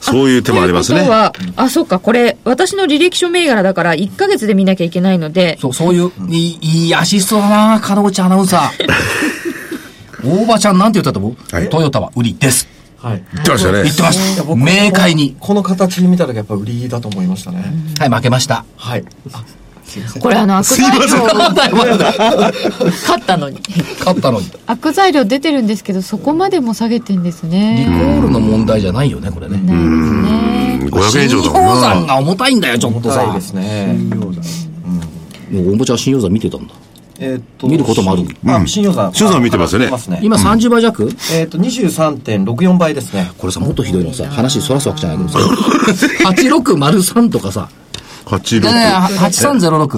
[SPEAKER 6] そういう手もあります
[SPEAKER 7] とい
[SPEAKER 6] ね
[SPEAKER 7] うこと。は、あ、そうか、これ、私の履歴書銘柄だから、1ヶ月で見なきゃいけないので、
[SPEAKER 2] そう、そういう、いいいいアシストだな、金持ちアナウンサー。大場ちゃんなんて言ったと思う、
[SPEAKER 6] はい
[SPEAKER 2] トヨタは売りです。
[SPEAKER 4] はい。
[SPEAKER 6] 言ってましたね
[SPEAKER 2] 言っ。てまし
[SPEAKER 4] いや
[SPEAKER 2] た。
[SPEAKER 4] 僕
[SPEAKER 2] 明快に。
[SPEAKER 4] この形見たらやっぱ売りだと思いましたね。
[SPEAKER 2] はい、負けました。
[SPEAKER 4] はい。あ、すいません。
[SPEAKER 7] これ、あの、悪
[SPEAKER 6] すいま
[SPEAKER 7] 材
[SPEAKER 6] せん
[SPEAKER 7] 料、
[SPEAKER 2] 勝
[SPEAKER 7] 勝ったのに。
[SPEAKER 2] ったのに。
[SPEAKER 7] 悪材料出てるんですけど、そこまでも下げてんです
[SPEAKER 2] リコ
[SPEAKER 7] ね。
[SPEAKER 2] ールの問題じゃないよね、これね。
[SPEAKER 7] ないですね。
[SPEAKER 6] 500円以上だ
[SPEAKER 2] 新
[SPEAKER 6] も
[SPEAKER 2] 鷹山
[SPEAKER 6] んな。
[SPEAKER 2] が重たいんだよ、ちょっとさ。
[SPEAKER 4] 重たいですね。
[SPEAKER 2] もうおもちゃ新鷹山見てたんだ。
[SPEAKER 4] えーっと
[SPEAKER 2] 見ることもある
[SPEAKER 6] うん
[SPEAKER 4] あ、新予算。
[SPEAKER 6] 新予算見てますね
[SPEAKER 4] 見ますね。
[SPEAKER 2] 今30倍弱、
[SPEAKER 4] えーっと、23.64倍ですね。
[SPEAKER 2] これさ、もっとひどいのさ、話そらすわけじゃないけどさ、8603とかさ、
[SPEAKER 6] 8
[SPEAKER 2] ねえ
[SPEAKER 6] 六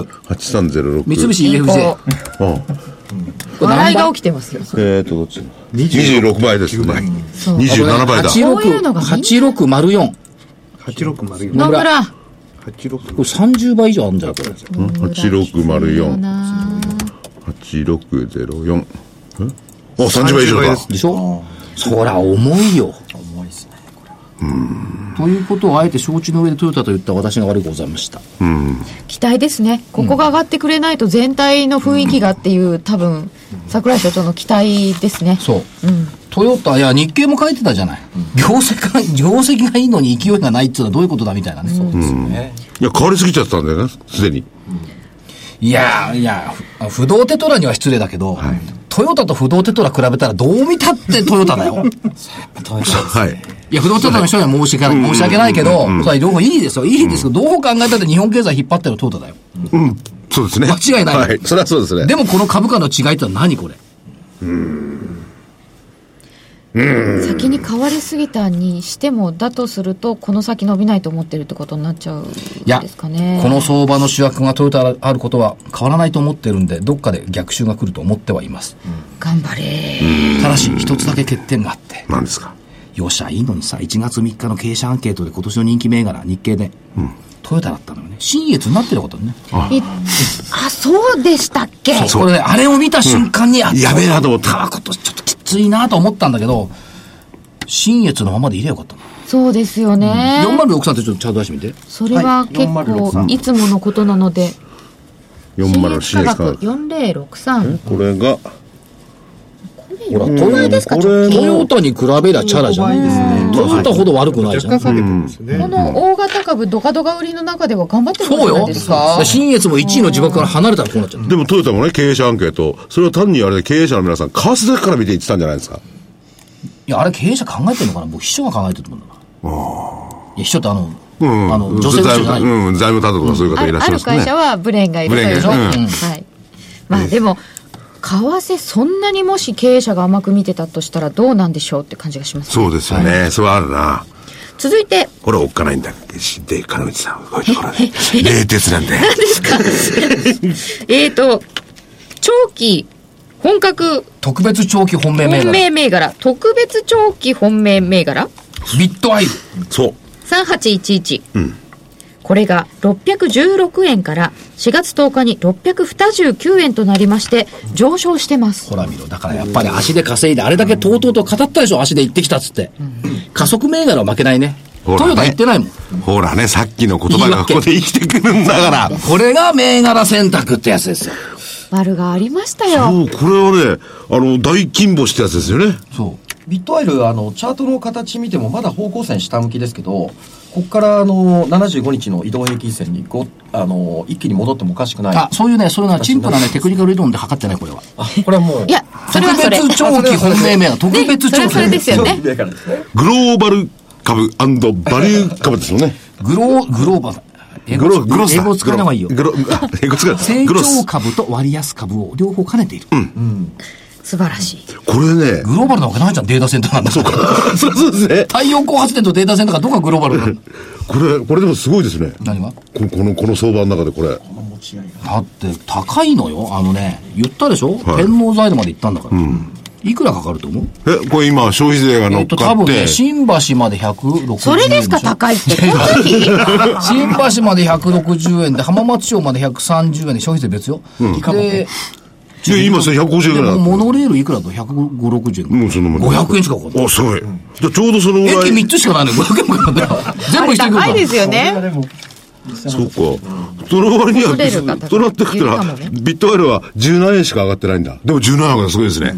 [SPEAKER 2] 8306、
[SPEAKER 6] 8306。
[SPEAKER 2] 三菱
[SPEAKER 7] 銀
[SPEAKER 2] UFJ
[SPEAKER 7] 行。
[SPEAKER 6] うん。
[SPEAKER 7] 笑いが起きてますよ。
[SPEAKER 6] えーと、どっち26倍です。倍。27倍だ。
[SPEAKER 7] こういうのがみんな
[SPEAKER 2] 8604。こ
[SPEAKER 3] 八六丸四。
[SPEAKER 7] 野村。
[SPEAKER 3] 八六
[SPEAKER 2] れ30倍以上あるんじゃん、これ。
[SPEAKER 6] 8604。8604。んお、30倍以上だ。
[SPEAKER 2] でしょそりゃ重いよ。
[SPEAKER 4] 重いですね。
[SPEAKER 2] ということをあえて承知の上でトヨタと言った私が悪くございました。
[SPEAKER 7] 期待ですね。ここが上がってくれないと全体の雰囲気がっていう、多分、桜井所長の期待ですね。
[SPEAKER 2] そう。トヨタ、いや、日経も書いてたじゃない。業績が、業績がいいのに勢いがないっていうのはどういうことだみたいなね。
[SPEAKER 4] ね
[SPEAKER 6] いや、変わりすぎちゃったんだよね、すでに。
[SPEAKER 2] いやいや、ふ不動テトラには失礼だけど、トヨタと不動テトラ比べたらどう見たってトヨタだ よ。
[SPEAKER 4] 止めちゃう
[SPEAKER 6] はい。
[SPEAKER 2] いや、不動テトラの人には申し訳ない、申し訳ないけど、それ両方いいですよ。いいですけど、どう考えたって日本経済引っ張ってるトヨタだよ。
[SPEAKER 6] そうですね。
[SPEAKER 2] 間違いない
[SPEAKER 6] はい。それはそうですね。
[SPEAKER 2] でもこの株価の違いってのは何これ
[SPEAKER 7] 先に買われすぎたにしてもだとするとこの先伸びないと思ってるってことになっちゃうん
[SPEAKER 2] や
[SPEAKER 7] ですかね
[SPEAKER 2] この相場の主役がトヨタあることは変わらないと思ってるんで、どっかで逆襲が来ると思ってはいます。
[SPEAKER 7] 頑張れ
[SPEAKER 2] ただし、一つだけ欠点があって、
[SPEAKER 6] 何ですか
[SPEAKER 2] よっしゃ、いいのにさ、1月3日の経営者アンケートで今年の人気銘柄、日経で、トヨタだったのよね。新越になってることね。
[SPEAKER 7] いあそうでしたっけ
[SPEAKER 2] これね、あれを見た瞬間に、あ
[SPEAKER 6] やべえなと思った
[SPEAKER 2] あ今年ちょっときついなと思ったんだけど、新越のままでいればよかったの。
[SPEAKER 7] そうですよね、
[SPEAKER 2] 4063ってちょっとチャート出してみて。
[SPEAKER 7] それは結構いつものことなので
[SPEAKER 6] 40新
[SPEAKER 7] 価
[SPEAKER 6] 越か
[SPEAKER 7] 格4063
[SPEAKER 10] これが、
[SPEAKER 2] ほら、ト
[SPEAKER 7] これ
[SPEAKER 2] ヨ
[SPEAKER 7] ですか
[SPEAKER 10] こ
[SPEAKER 7] ちょっ
[SPEAKER 10] れ
[SPEAKER 2] ト
[SPEAKER 10] の、
[SPEAKER 2] ヨタに比べりゃチャラじゃん。トヨタほど悪くないじゃん
[SPEAKER 3] 若干。下げてますね
[SPEAKER 7] とこの大型株ドカドカ売りの中では頑張ってるんじ
[SPEAKER 2] そう
[SPEAKER 7] ゃない
[SPEAKER 2] よ
[SPEAKER 7] ですか。
[SPEAKER 2] 新越も1位の自爆から離れたらこうなっちゃう。
[SPEAKER 6] でもトヨタもね、経営者アンケート、それを単にあれで経営者の皆さん、為替だけから見て言ってたんじゃないですか。
[SPEAKER 2] いや、あれ経営者考えてるのかな僕、秘書が考えてると思うんだな。いや、秘書ってあの、あの、女性の秘書じゃない。
[SPEAKER 6] うん、財務担当とかそういう
[SPEAKER 7] あ
[SPEAKER 6] 方いらっしゃい
[SPEAKER 7] あ
[SPEAKER 6] ま
[SPEAKER 7] る
[SPEAKER 6] すね
[SPEAKER 7] 会。社はブレーンがいるという
[SPEAKER 6] ブレーンがいる
[SPEAKER 7] うんはい。まあでも、為替そんなにもし経営者が甘く見てたとしたらどうなんでしょうって感じがします。
[SPEAKER 6] そうですよね。それはあるな。
[SPEAKER 7] 続いて、
[SPEAKER 6] これおっかないんだけしで、金内さん、こういうところで。冷徹なんで。
[SPEAKER 7] えーと、長期本格
[SPEAKER 2] 特別長期本命銘
[SPEAKER 7] 本
[SPEAKER 2] 柄。
[SPEAKER 7] 命銘柄、特別長期本命銘柄
[SPEAKER 2] ビットアイル。
[SPEAKER 6] そう。
[SPEAKER 7] 3811、これが616円から4月10日に629円となりまして上昇してます
[SPEAKER 2] ほら見ろ。だからやっぱり足で稼いで、あれだけとうとうと語ったでしょ、足で行ってきたっつって。加速銘柄は負けないね。
[SPEAKER 6] ほらね
[SPEAKER 2] トヨタ行ってないもん。
[SPEAKER 6] ほらね、さっきの言葉がここで生きてくるんだから。
[SPEAKER 2] これが銘柄選択ってやつですよ。
[SPEAKER 7] 丸がありましたよ
[SPEAKER 6] そう、これはね、あの、大金星ってやつですよね。
[SPEAKER 2] そう。
[SPEAKER 4] ビットオイル、あの、チャートの形見ても、まだ方向線下向きですけど、ここから、あの、75日の移動平均線に、ご、あの、一気に戻ってもおかしくない。
[SPEAKER 2] あ、そういうね、それがチンプなね、テクニカル理論で測ってない、これは。
[SPEAKER 4] あこれはもう、
[SPEAKER 7] いやそれはそ
[SPEAKER 2] 特
[SPEAKER 7] れ
[SPEAKER 2] 別長期本命銘柄。特
[SPEAKER 7] ね
[SPEAKER 2] 別
[SPEAKER 7] それ
[SPEAKER 2] 長
[SPEAKER 7] はそれで
[SPEAKER 2] 期。
[SPEAKER 7] すよね
[SPEAKER 4] 上からですね。
[SPEAKER 6] グローバル株バリュー株ですよね。
[SPEAKER 2] グロー、グローバル。英
[SPEAKER 6] グ
[SPEAKER 2] 語
[SPEAKER 6] ロ、グロス
[SPEAKER 2] 英
[SPEAKER 6] だ。
[SPEAKER 2] 語使わない方がいいよ。
[SPEAKER 6] グロ、あ英語使わない。
[SPEAKER 2] 成
[SPEAKER 6] グロ
[SPEAKER 2] 長
[SPEAKER 6] ス。
[SPEAKER 2] 株と割安株を両方兼ねている。
[SPEAKER 7] 素晴らしい
[SPEAKER 6] これね、
[SPEAKER 2] グローバルなわけないじゃん、データセンターなんだそうか。
[SPEAKER 6] そうそうですね。
[SPEAKER 2] 太陽光発電とデータセンターがどこがグローバルなんだ
[SPEAKER 6] これ、これでもすごいですね。
[SPEAKER 2] 何が
[SPEAKER 6] この、この、この相場の中でこれ。
[SPEAKER 2] だって高いのよ、あのね。言ったでしょ、
[SPEAKER 6] はい
[SPEAKER 2] 天皇財度まで行ったんだから。いくらかかると思う
[SPEAKER 6] え、これ今、消費税が乗
[SPEAKER 2] え
[SPEAKER 6] っ
[SPEAKER 2] っと、
[SPEAKER 6] か
[SPEAKER 2] 多
[SPEAKER 6] っ
[SPEAKER 2] 分
[SPEAKER 6] て
[SPEAKER 2] ね、、新橋まで160円。
[SPEAKER 7] それですか高いってこの時
[SPEAKER 2] 新橋まで160円で、浜松町まで130円で、消費税別よ。で、
[SPEAKER 6] いや今それ150円ぐらいだ
[SPEAKER 2] でもモノレールいくらだと150、60円。
[SPEAKER 6] もうそのまま。
[SPEAKER 2] 500円しかかかんない
[SPEAKER 6] お、すごい。じゃあちょうどそのぐら
[SPEAKER 2] 駅
[SPEAKER 6] い。
[SPEAKER 2] 3つしかないのよ、500円もかかんない。全部一人
[SPEAKER 7] 高いですよ
[SPEAKER 5] あ
[SPEAKER 7] ね
[SPEAKER 5] でも
[SPEAKER 6] そうか。その割には
[SPEAKER 7] モノレールが高、い
[SPEAKER 6] そうなってきた
[SPEAKER 7] 言うからもね、
[SPEAKER 6] ビットワイルは17円しか上がってないんだ。でも17円がすごいですね。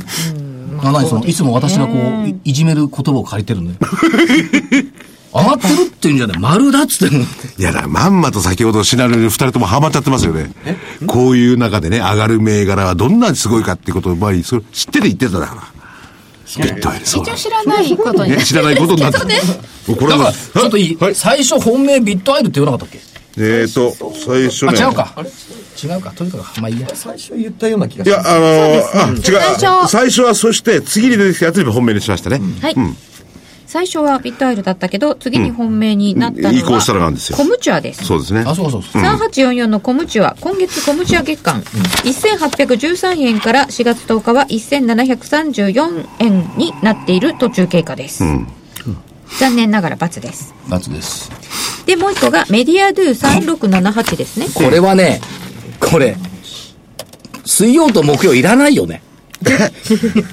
[SPEAKER 2] ななにそのいつも私がこういいじめる言葉を借りてるのよ 上がってるって言うんじゃない丸だっつってんの
[SPEAKER 6] いやだ、まんまと先ほどシナリオに二人ともハマっちゃってますよね。こういう中でね、上がる銘柄はどんなにすごいかってことを、まあ、それ知ってて言ってただから。ビットワイル、そう
[SPEAKER 7] 一
[SPEAKER 6] だ
[SPEAKER 7] 応。知らないことに
[SPEAKER 6] ね、知らないことになって。これ
[SPEAKER 2] だか
[SPEAKER 6] は
[SPEAKER 2] らちょっといい、
[SPEAKER 6] はい。
[SPEAKER 2] 最初本命ビットアイルって言わなかったっけ
[SPEAKER 6] えーと、最初ね。
[SPEAKER 2] あ違うか違うかとにかくまあいいや
[SPEAKER 4] 最初言ったような気が
[SPEAKER 6] い
[SPEAKER 4] し
[SPEAKER 6] や、
[SPEAKER 4] ます。
[SPEAKER 6] あのー、あ、違う。
[SPEAKER 7] 最初
[SPEAKER 6] 最初は、そして、次に出てきたやつに本命にしましたね。
[SPEAKER 7] はい、最初はビットアイルだったけど次に本命になったのは、
[SPEAKER 6] 移行したのがあるんですよ
[SPEAKER 7] コムチュアです
[SPEAKER 6] そうですね。
[SPEAKER 2] あそうそうそう、
[SPEAKER 7] 3844のコムチュア、今月コムチュア月間、1813円から4月10日は1734円になっている途中経過です。残念ながら×です。
[SPEAKER 2] 夏です
[SPEAKER 7] で、もう一個がメディアドゥ3678ですね。
[SPEAKER 2] これはねこれ水曜と木曜いらないよね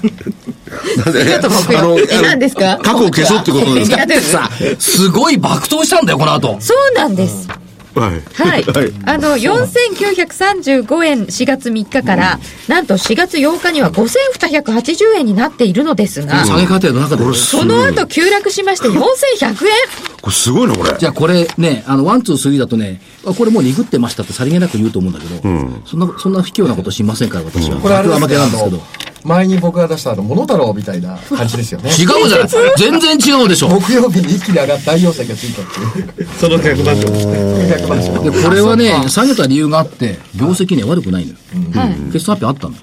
[SPEAKER 6] あ
[SPEAKER 7] と木曜え何ですか
[SPEAKER 6] 過去を消そうってことです
[SPEAKER 7] い
[SPEAKER 6] か
[SPEAKER 2] だ
[SPEAKER 7] や
[SPEAKER 2] ってさすごい爆投したんだよこの後
[SPEAKER 7] そうなんです。
[SPEAKER 6] はい。
[SPEAKER 7] はい
[SPEAKER 6] はい。。
[SPEAKER 7] あの、4935円4月3日から、なんと4月8日には5280円になっているのですが、
[SPEAKER 2] 下げ過程の中で
[SPEAKER 6] これす
[SPEAKER 7] その後急落しまして4100円
[SPEAKER 6] これすごいな、これ。
[SPEAKER 2] じゃあこれね、あの、ワン、ツー、スリーだとね、あこれもう鈍ってましたってさりげなく言うと思うんだけど、そんな、そんな卑怯なことしませんから、私は。
[SPEAKER 4] これあれ
[SPEAKER 2] 僕
[SPEAKER 4] で
[SPEAKER 2] は
[SPEAKER 4] す
[SPEAKER 2] 負けな
[SPEAKER 4] ね
[SPEAKER 2] んですけど。
[SPEAKER 4] あの前に僕が出したあの、モノタロウみたいな感じです よね。
[SPEAKER 2] 違うじゃない 全然違うでしょ。
[SPEAKER 4] 木曜日に一気に上がった大陽線がついたっていう。
[SPEAKER 3] その100万と
[SPEAKER 4] 100万しか
[SPEAKER 2] で、これはね、下げた理由があって、業績ね、悪くないのよ。決算発表あったのよ。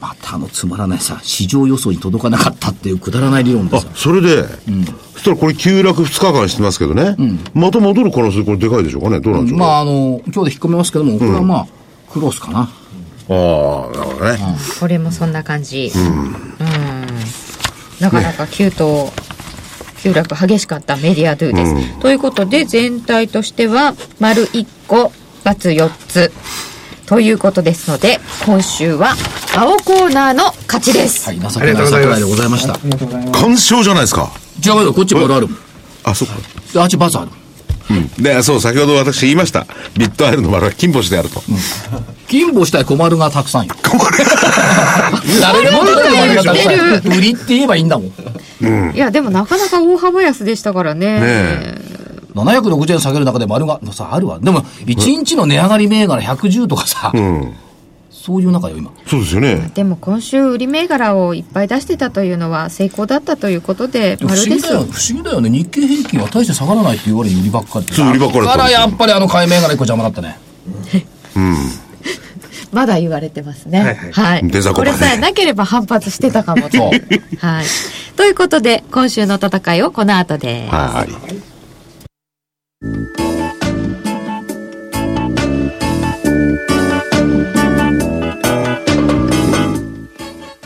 [SPEAKER 2] まあ、あのつまらないさ、市場予想に届かなかったっていうくだらない理論で
[SPEAKER 6] あ
[SPEAKER 2] さ、
[SPEAKER 6] それで、そしたらこれ、急落2日間してますけどね、また戻る可能性、これ、でかいでしょうかね、どうなんでしょう、
[SPEAKER 2] まああの、今日で引っ込めますけども、これはまあ、クロスかな。
[SPEAKER 6] ああ、なるほどね、
[SPEAKER 7] これもそんな感じ。うん。なかなか急騰、急落激しかったメディアドゥです。ということで、全体としては、丸1個、バツ4つ。ということですので、今週は、青コーナーの勝ちです。
[SPEAKER 2] はい、情けない桜井でございました。
[SPEAKER 6] 完勝じゃないですか、
[SPEAKER 2] 違うよ、こっちも俺あるもん。
[SPEAKER 6] あそっか、
[SPEAKER 2] であっちバツある。
[SPEAKER 6] うん、でそう、先ほど私言いました、ビットアイルの丸は金星であると、
[SPEAKER 2] 金棒したい困るがたくさんよ。困る誰でも出るがたくさん。売りって言えばいいんだもん。
[SPEAKER 7] いや、でもなかなか大幅安でしたからね。
[SPEAKER 6] ね
[SPEAKER 2] 760円下げる中で丸が、さ、あるわ。でも、1日の値上がり銘柄110とかさ、
[SPEAKER 6] うん、
[SPEAKER 2] そういう中よ、今。
[SPEAKER 6] そうですよね、
[SPEAKER 7] でも今週売り銘柄をいっぱい出してたというのは成功だったということで
[SPEAKER 2] 不思
[SPEAKER 7] 丸で
[SPEAKER 2] 議
[SPEAKER 7] す
[SPEAKER 2] だよ、不思議だよね。日経平均は大して下がらないって言われる売りばっかり。
[SPEAKER 6] そう売りばっかりだ
[SPEAKER 2] だ
[SPEAKER 6] った
[SPEAKER 2] からやっぱりあの買い銘柄一個邪魔だったね。
[SPEAKER 7] まだ言われてますね。はい、
[SPEAKER 6] デザコ
[SPEAKER 7] こ
[SPEAKER 6] バね
[SPEAKER 7] れさえなければ反発してたかもと。はい。ということで、今週の戦いをこの後で。
[SPEAKER 6] はい。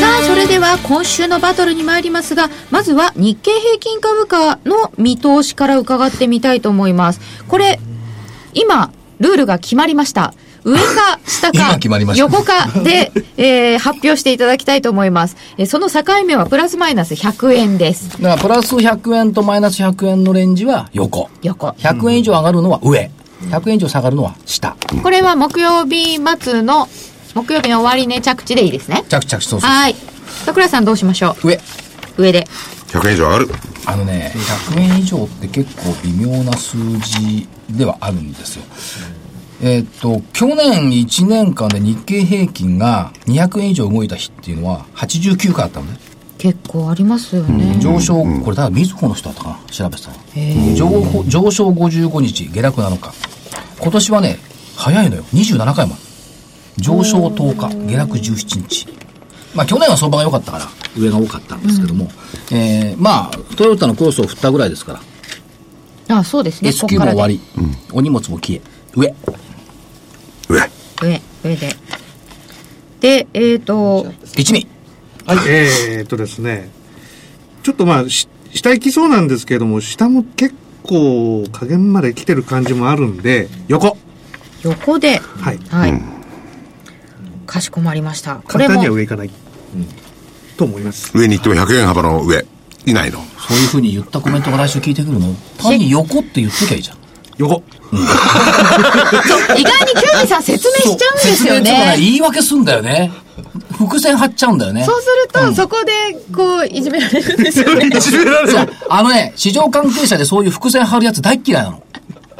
[SPEAKER 7] さあ、それでは今週のバトルに参りますが、まずは日経平均株価の見通しから伺ってみたいと思います。これ、今、ルールが決まりました。上か下
[SPEAKER 2] 今
[SPEAKER 7] か
[SPEAKER 2] 決まりました
[SPEAKER 7] 横かで、えー発表していただきたいと思います。えーその境目はプラスマイナス100円です。
[SPEAKER 2] だから、プラス100円とマイナス100円のレンジは横。
[SPEAKER 7] 横。
[SPEAKER 2] 100円以上上がるのは上。100円以上下がるのは下。
[SPEAKER 7] これは木曜日末の、木曜日の終わりね、着地でいいですね。
[SPEAKER 2] 着々そうそう。
[SPEAKER 7] はい。桜井さんどうしましょ
[SPEAKER 2] 上。
[SPEAKER 7] う上で。
[SPEAKER 6] 100円以上上がる。
[SPEAKER 2] あのね、100円以上って結構微妙な数字ではあるんですよ。えーっと、去年1年間で日経平均が200円以上動いた日っていうのは89回あったのね。
[SPEAKER 7] 結構ありますよね。
[SPEAKER 2] 上昇、これだからみずほの人だったかな、調べてたら上上昇55日、下落7日。今年はね、早いのよ。27回もある。上昇10日、下落17日。まあ去年は相場が良かったから、上が多かったんですけども。えーまあ、トヨタのコースを振ったぐらいですから、
[SPEAKER 7] あ、そうですね。
[SPEAKER 2] S
[SPEAKER 7] こ
[SPEAKER 2] 級
[SPEAKER 7] こ
[SPEAKER 2] も
[SPEAKER 7] か
[SPEAKER 2] 終
[SPEAKER 7] ら
[SPEAKER 2] わ
[SPEAKER 7] で
[SPEAKER 2] り、お荷物も消え上
[SPEAKER 6] 上。
[SPEAKER 7] 上、上で。で、えっ、と、
[SPEAKER 2] 一味
[SPEAKER 3] はい、 えー、っとですね、ちょっとまあ、し下行きそうなんですけれども、下も結構加減まで来てる感じもあるんで、横
[SPEAKER 7] 横で、
[SPEAKER 3] はい。
[SPEAKER 7] はい。かしこまりました。これ
[SPEAKER 3] 簡単
[SPEAKER 7] も
[SPEAKER 3] には、上行かない。と思います。
[SPEAKER 6] 上に行っても100円幅の上。以内の。
[SPEAKER 2] そういうふうに言ったコメントが来週聞いてくるの単に横って言っときゃいいじゃん
[SPEAKER 3] 横
[SPEAKER 7] 意外にキュウリさん説明しちゃうんですよ
[SPEAKER 2] そう説明つかない
[SPEAKER 7] ね。
[SPEAKER 2] 言い訳すんだよね伏線張っちゃうんだよね
[SPEAKER 7] そうすると、そこで、こう、いじめられるんですよね。
[SPEAKER 2] そうあのね市場関係者でそういう伏線張るやつ大っ嫌いなの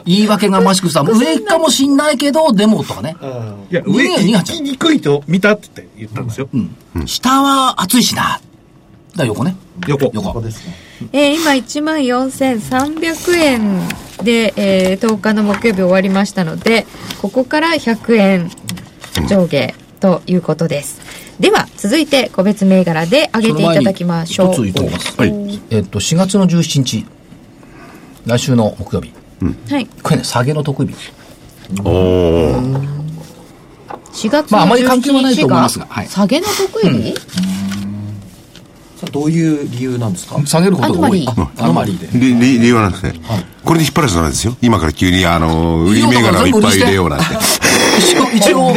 [SPEAKER 2] 言い訳がましくさ上かもしんないけどでもとかね、
[SPEAKER 3] いや、
[SPEAKER 2] 逃げ
[SPEAKER 3] 上
[SPEAKER 2] よ逃げ
[SPEAKER 3] 行
[SPEAKER 2] ちゃう
[SPEAKER 3] きにくいと見たって言ったんですよ。
[SPEAKER 2] 下は暑いしなだから横ね
[SPEAKER 3] 横。
[SPEAKER 2] 横
[SPEAKER 4] ですね。
[SPEAKER 7] えー今1万4300円で、えー10日の木曜日終わりましたのでここから100円上下ということですでは続いて個別銘柄で上げていただきましょう
[SPEAKER 2] その前に一つ言っておきます。えっと、4月の17日、来週の木曜日、
[SPEAKER 7] はい。
[SPEAKER 2] これね、下げの得意日。
[SPEAKER 6] おおー。
[SPEAKER 7] 4月
[SPEAKER 2] まああ
[SPEAKER 7] の
[SPEAKER 2] まり関係はない
[SPEAKER 7] 17
[SPEAKER 2] と
[SPEAKER 7] 日
[SPEAKER 2] 思い
[SPEAKER 7] が
[SPEAKER 2] ますがはい
[SPEAKER 7] 下げの得意日
[SPEAKER 4] それどういう理由なんですか
[SPEAKER 2] 下げることが多い。
[SPEAKER 7] ア
[SPEAKER 2] あ
[SPEAKER 4] アノマリーで。
[SPEAKER 6] 理理理由はなんですね、これで引っ張らせたらダメですよ。今から急に、あの、売り銘柄をいっぱい入れようなんて。
[SPEAKER 2] 一応、一応、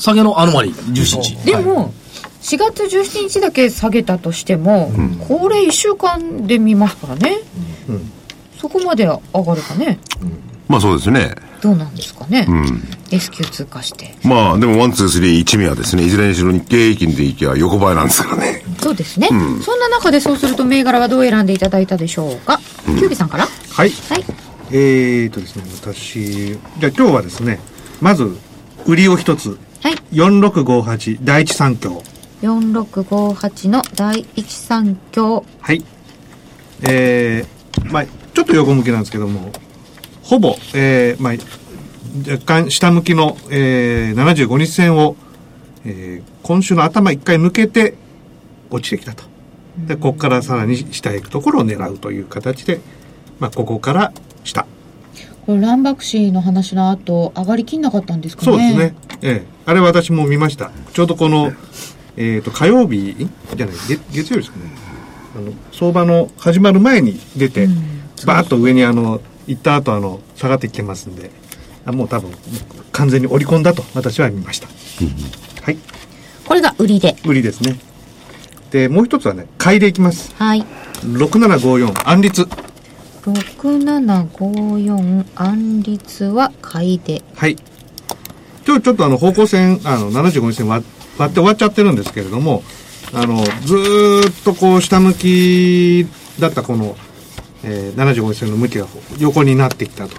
[SPEAKER 2] 下げのアノマリー、17日。
[SPEAKER 7] でも、4月17日だけ下げたとしても、これ1週間で見ますからね。そこまで上がるかね。
[SPEAKER 6] まあそうですね。
[SPEAKER 7] どうなんですかね。S q 通過して。
[SPEAKER 6] まあでも、ワン、ツー、スリー、一味はですね、いずれにしろ日経平均でいきゃ横ばいなんですからね。
[SPEAKER 7] そうですね。そんな中でそうすると銘柄はどう選んでいただいたでしょうか。キュービさんからは
[SPEAKER 3] はい。
[SPEAKER 7] い。
[SPEAKER 3] えーとですね、私、じゃあ今日はですね、まず、売りを一つ、
[SPEAKER 7] はい。
[SPEAKER 3] 4658第一三共。
[SPEAKER 7] 4658の第一三共。
[SPEAKER 3] はい。えー、まあちょっと横向きなんですけども、ほぼ、えー、まあ若干下向きの、えー、75日線を、えー、今週の頭一回抜けて、落ちてきたと。で、ここからさらに下へ行くところを狙うという形で、まあここから下。
[SPEAKER 1] これ、乱爆死の話の後、上がりきんなかったんですかね。
[SPEAKER 3] そうですね。。ええ。あれ私も見ました。ちょうどこの、えっ、と、火曜日じゃない、月月曜日ですかね。あの、相場の始まる前に出て、バーッと上にあの、行った後あの、下がってきてますんで、あもう多分、完全に織り込んだと私は見ました。はい。
[SPEAKER 7] これが売りで。
[SPEAKER 3] 売りですね。で、もう一つはね、買いでいきます。
[SPEAKER 7] はい。
[SPEAKER 3] 6754、安立。
[SPEAKER 7] 6754安立は買いで。
[SPEAKER 3] はい。今日ちょっとあの方向線、あの75日線割割って終わっちゃってるんですけれども、あの、ずーっとこう下向きだったこの、えー、75日線の向きが横になってきたと。